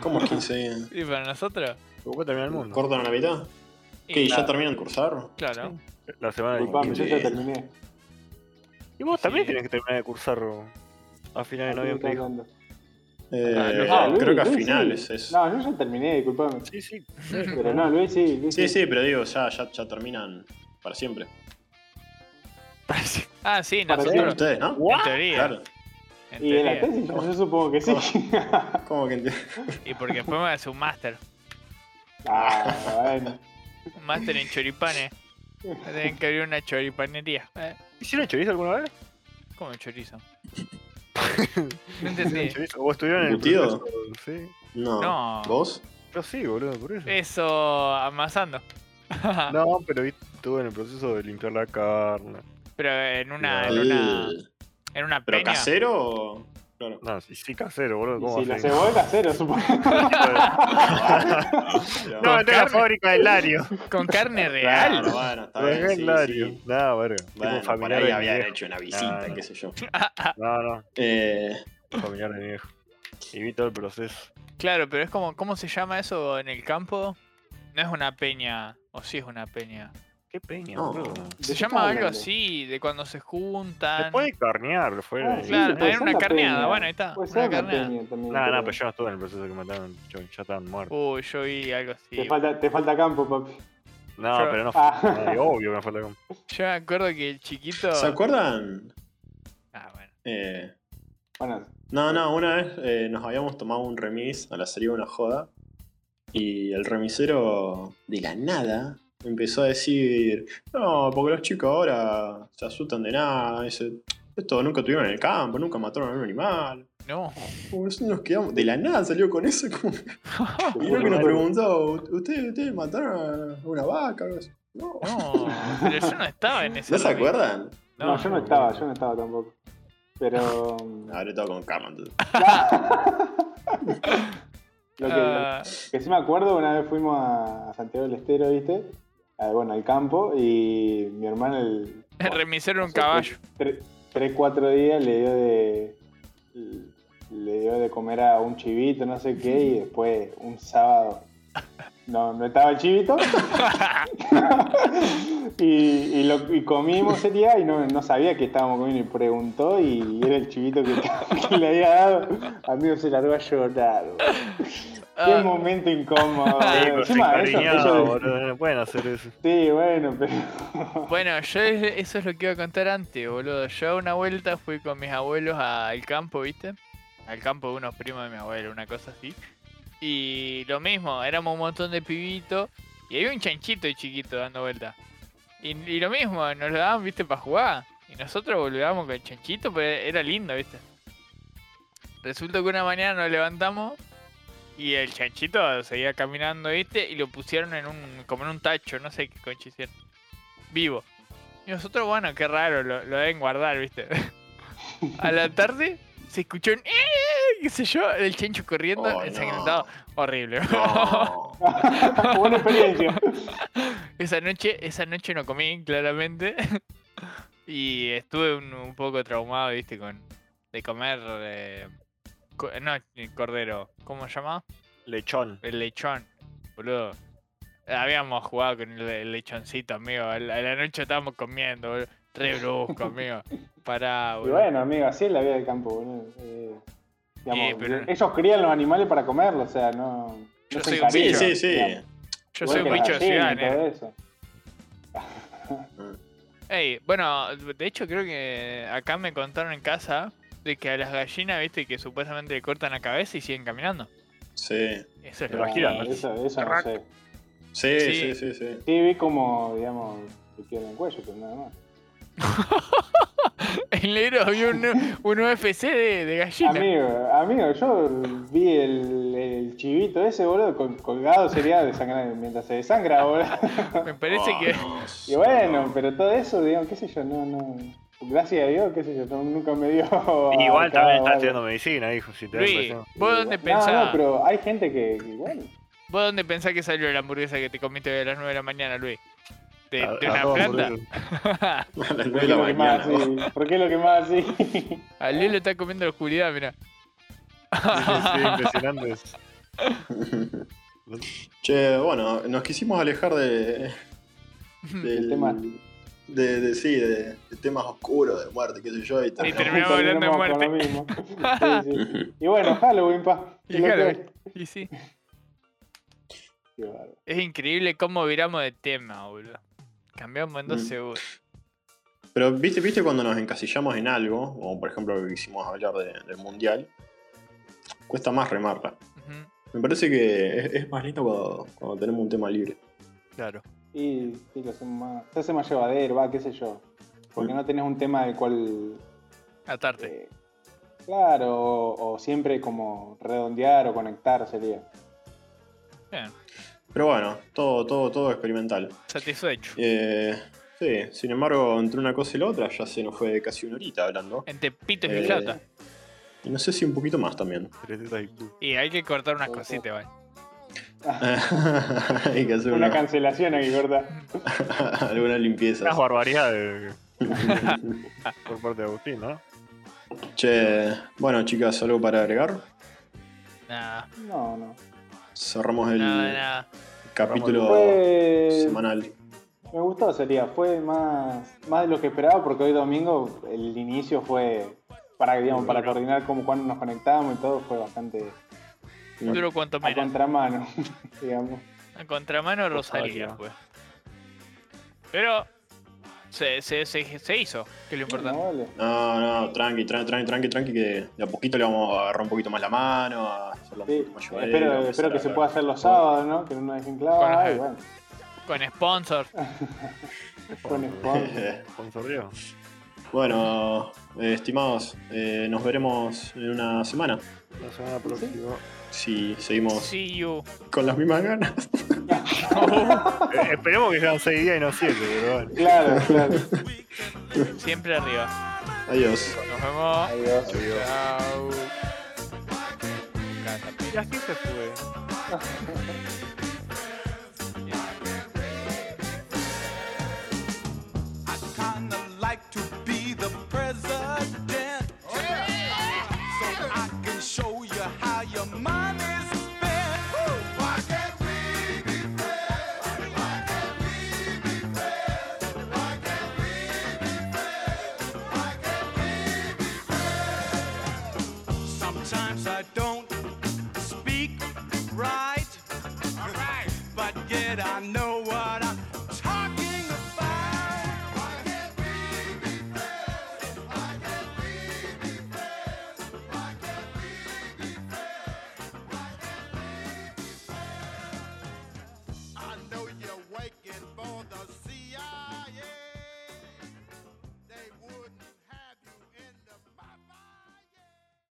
S1: ¿Cómo 15 días?
S2: y para nosotros.
S3: Tampoco termina el mundo.
S1: ¿Cortan la mitad?
S2: Y
S1: ¿Qué? ¿Ya
S2: claro, Ah,
S1: terminan de cursar?
S2: claro.
S3: La semana del
S4: Disculpame, yo ya
S1: Sí.
S4: terminé.
S3: Y vos también
S2: Sí.
S3: tenés que terminar de cursar a finales de noviembre. hijo.
S4: No,
S1: Eh,
S2: Ah, no.
S4: Ah, Luis,
S1: creo que a
S4: Luis,
S1: finales
S4: sí.
S1: es.
S4: yo ya terminé, disculpame.
S3: Sí, sí.
S4: Pero no, Luis sí, Luis
S1: Sí, sí, pero digo, ya, ya, ya terminan para siempre.
S2: Ah, sí,
S1: Para
S4: Para
S2: nosotros.
S4: siempre.
S1: ustedes, ¿no?
S2: En teoría.
S1: Claro.
S2: en
S4: Y de la
S2: teoría.
S4: tesis, yo supongo que sí.
S1: ¿Cómo que enti-
S2: Y porque después me voy a hacer un máster.
S4: ah, bueno.
S2: Un máster en choripanes. Tienen que abrir una choripanería. Eh,
S3: ¿Hicieron chorizo alguna vez?
S2: ¿Cómo chorizo? No entendí.
S3: ¿Chorizo? ¿O estuvieron en el
S1: ¿Embutido?
S3: proceso? Sí.
S1: No.
S2: No.
S1: ¿Vos?
S3: Yo sí, boludo, por eso.
S2: Eso, amasando.
S3: No, pero vi- estuve en el proceso de limpiar la carne.
S2: Pero en una, en
S1: Eh,
S2: una, en una
S1: ¿Pero
S2: peña.
S1: casero o.? Claro.
S3: No, sí, sí casero, boludo.
S4: Y
S3: ¿Cómo
S4: si lo
S3: así?
S4: hace vos, casero, supongo.
S1: Pero-
S3: No, en la
S2: carne.
S3: fábrica de Lario.
S2: Con carne real.
S1: Claro, bueno, está
S3: Lo dejé
S1: bien.
S3: en
S1: Sí,
S3: Lario.
S1: sí.
S3: Nada, verga.
S1: Bueno,
S3: tipo
S1: por
S3: familiar
S1: ahí
S3: de
S1: habían
S3: viejo.
S1: hecho una visita,
S3: Ah, no.
S1: qué sé yo.
S3: No, no,
S1: Eh,
S3: familiar de viejo. Y vi todo el proceso.
S2: Claro, pero es como, ¿cómo se llama eso en el campo? No es una peña, o sí es una peña.
S3: Qué peña,
S1: No.
S3: boludo.
S4: ¿De
S2: Se
S4: qué estás
S2: llama algo
S4: hablando?
S2: así, de cuando se juntan.
S3: Después de carnear, fue.
S4: Ah, sí,
S2: Claro,
S4: puede
S2: era
S4: ser
S2: una carneada,
S4: peña.
S2: bueno, ahí está,
S4: Puede
S2: una
S4: ser una
S2: carneada.
S4: peña también.
S3: No,
S4: pero-
S3: no, pero yo no estuve en el proceso que mataron, yo- ya estaban muertos.
S2: Uy, yo vi algo así.
S4: Te falta, te falta campo, papi.
S3: No,
S2: yo-
S3: pero no fue.
S4: Ah.
S3: no, obvio que no fue la com-
S2: Yo me acuerdo que el chiquito.
S1: ¿Se acuerdan?
S2: Ah, bueno.
S1: Eh,
S4: Bueno,
S1: no, no, una vez eh, nos habíamos tomado un remis a la salida de una joda. Y el remisero, de la nada, empezó a decir: No, porque los chicos ahora se asustan de nada. Dice: Esto nunca tuvieron en el campo, nunca mataron a un animal.
S2: No.
S1: Como nosotros nos quedamos. De la nada salió con eso. Como... Y lo que nos preguntó: ¿Ustedes, ustedes mataron a una vaca? o algo así?" No.
S2: No, pero yo no estaba en ese.
S1: ¿No se
S2: reunión.
S1: acuerdan?
S4: no,
S2: No.
S4: yo no estaba, yo no estaba tampoco. Pero. um,
S1: Habré estado con Carlos entonces.
S4: lo, que,
S2: Ah,
S4: Que sí me acuerdo, una vez fuimos a Santiago del Estero, ¿viste? Ah, bueno, al campo y mi hermano el...
S2: el remisero era
S4: pues,
S2: un caballo.
S4: 3, 4 días le dio de... Le dio de comer a un chivito, no sé qué, y después un sábado... No, no estaba el chivito. y, y lo, y comimos ese día y no, no sabía que estábamos comiendo y preguntó y era el chivito que, que le había dado. Amigo, se largó a llorar. boludo. Qué
S2: Ah,
S4: momento incómodo.
S2: Sí, pues,
S3: Pero se
S4: boludo. Encima, eso-
S3: encariñaba,
S4: eso-
S3: boludo. No pueden hacer eso.
S4: Sí, bueno, pero.
S2: Bueno, yo es- eso es lo que iba a contar antes, boludo. Yo una vuelta fui con mis abuelos al campo, ¿viste? Al campo de unos primos de mi abuelo, una cosa así. Y lo mismo, éramos un montón de pibitos. Y había un chanchito chiquito dando vuelta. Y, y lo mismo, nos lo daban, ¿viste? Para jugar. Y nosotros volvíamos con el chanchito, pero era lindo, ¿viste? Resulta que una mañana nos levantamos y el chanchito seguía caminando, ¿viste? Y lo pusieron en un, como en un tacho, no sé qué concha hicieron vivo. Y nosotros, bueno, qué raro, lo, lo deben guardar, ¿viste? A la tarde se escuchó un... ¡Eh! qué sé yo, el chencho corriendo,
S1: Oh,
S2: ensangrentado. Horrible.
S1: No.
S4: Buena experiencia.
S2: esa noche, esa noche no comí, claramente. y estuve un, un poco traumado, viste, con de comer eh, co- no, el cordero. ¿Cómo se llama?
S3: Lechón.
S2: El lechón, boludo. Habíamos jugado con el, el lechoncito, amigo. A la, a la noche estábamos comiendo, boludo. Re brusco, amigo. Pará,
S4: Y
S2: boludo.
S4: bueno, amigo, así es la vida del campo, boludo. Eh, digamos,
S2: Sí, pero-
S4: Ellos crían los animales para comerlos, o sea, no. no
S2: Yo soy
S4: se
S2: un
S1: Sí,
S4: encariñan,
S2: bicho.
S1: sí, sí.
S4: digamos.
S2: Yo
S4: Igual
S2: soy
S4: que
S2: un
S4: las
S2: bicho de
S4: gallinas
S2: ciudad,
S4: y
S2: eh.
S4: todo eso.
S2: Ey, bueno, de hecho creo que acá me contaron en casa de que a las gallinas, viste, que supuestamente le cortan la cabeza y siguen caminando.
S1: Sí,
S2: Eso es
S3: Pero
S2: lo
S4: Ah,
S2: que-
S3: giran,
S4: Eso, eso no
S3: Rack.
S4: sé.
S1: sí,
S2: Sí.
S1: sí, sí, sí.
S4: Sí, vi como, digamos, le pierden el cuello, pero nada más.
S2: El negro vio un, un UFC de, de gallina.
S4: Amigo, amigo, yo vi el, el chivito ese, boludo, col- colgado sería de sangre mientras se desangra, boludo.
S2: Me parece
S1: Oh,
S2: que.
S3: Ah,
S1: no,
S4: Y bueno, pero todo eso, digamos, qué sé yo, no, no. Gracias a Dios, qué sé yo, no- nunca me dio.
S3: Igual también estás
S4: está
S3: estudiando medicina, hijo, si te da
S2: Luis,
S3: impresión.
S2: ¿vos dónde
S4: No,
S2: pensás?
S4: no, pero hay gente que, que, bueno,
S2: ¿Vos dónde pensás que salió la hamburguesa que te comiste hoy a las 9 de la mañana, Luis? ¿De,
S3: A-
S2: de
S3: a
S2: una
S3: todos,
S2: planta?
S3: boludo.
S1: A las
S4: ¿por
S1: 9
S4: qué
S1: de la
S4: lo quemás
S1: mañana. vos.
S4: así? ¿Por qué lo quemás así?
S2: A Luis lo está comiendo la oscuridad, mira.
S3: Sí, sí, impresionante.
S1: Che, bueno, nos quisimos alejar de. del
S4: tema.
S1: De, de- sí, de, de temas oscuros, de muerte, qué sé yo, y
S2: Y
S1: tal.
S2: terminamos hablando de
S4: Terminamos con lo mismo. Sí, sí. Y bueno, Halloween, pa.
S2: Y Halloween. Y sí,
S4: Qué bárbaro.
S2: es increíble cómo viramos de tema, boludo. Cambiamos en dos
S1: Mm.
S2: segundos.
S1: Pero viste, viste cuando nos encasillamos en algo, como por ejemplo que quisimos hablar de- del mundial, cuesta más remarla.
S2: Ujú,
S1: Me parece que es, es más lindo cuando, cuando tenemos un tema libre.
S2: Claro.
S4: Y sí, lo hacemos más. Se hace más llevadero, va, qué sé yo. Porque no tenés un tema del cual.
S2: Atarte.
S4: eh, claro, o, o siempre como redondear o conectar sería.
S2: Bien,
S1: Pero bueno, todo, todo, todo experimental.
S2: satisfecho.
S1: Eh, sí, sin embargo, entre una cosa y la otra ya se nos fue casi una horita hablando.
S2: Entre pito y
S1: Eh,
S2: mi flauta.
S1: Y no sé si un poquito más también.
S3: Tres tetas y tú.
S2: Y hay que cortar unas
S4: ojo.
S2: cositas, ¿vale?
S1: Hay que hacer
S4: Una
S1: una,
S4: cancelación aquí, ¿verdad?
S1: alguna limpieza.
S3: Unas barbaridades por parte de Agustín, ¿no?
S1: Che, bueno chicas, algo para agregar.
S2: Nada,
S4: No, no.
S1: Cerramos el
S2: nada, nada.
S1: capítulo
S4: Fue,
S1: semanal.
S4: me gustó, sería. Fue más, más de lo que esperaba porque hoy domingo el inicio fue. Para, digamos, para coordinar cómo, cuándo nos conectábamos y todo fue bastante
S2: Duro cuanto
S4: a
S2: menos.
S4: contramano, digamos.
S2: A contramano Rosalía,
S3: Rosalía.
S2: pues. Pero se, se, se, se hizo, que es lo importante.
S4: No, vale.
S1: No, no, tranqui, tranqui, tranqui, tranqui, tranqui, que de a poquito le vamos a agarrar un poquito más la mano, a hacerlo un
S4: Sí,
S1: poquito más llevadero,
S4: espero,
S1: empezar
S4: espero que
S1: a-
S4: se pueda hacer los sábados, ¿no? Que no nos dejen clavados. y bueno,
S2: Con sponsor.
S4: con sponsor.
S3: Con sorteo.
S1: bueno, eh, estimados, eh, nos veremos en una semana.
S3: La semana próxima.
S1: Si seguimos
S2: See you.
S1: con las mismas ganas.
S3: Eh, esperemos que sean seis días y no siete, pero bueno.
S4: Claro, claro.
S2: Siempre arriba.
S1: Adiós.
S2: Nos vemos.
S4: Adiós.
S2: Chao. Y así se fue.
S5: I kinda like to be the president. So I can show you how your money's spent. Why can't we be friends? Why can't we be friends? Why can't we be friends? Why can't we be friends? Sometimes I don't speak right. But yet I know what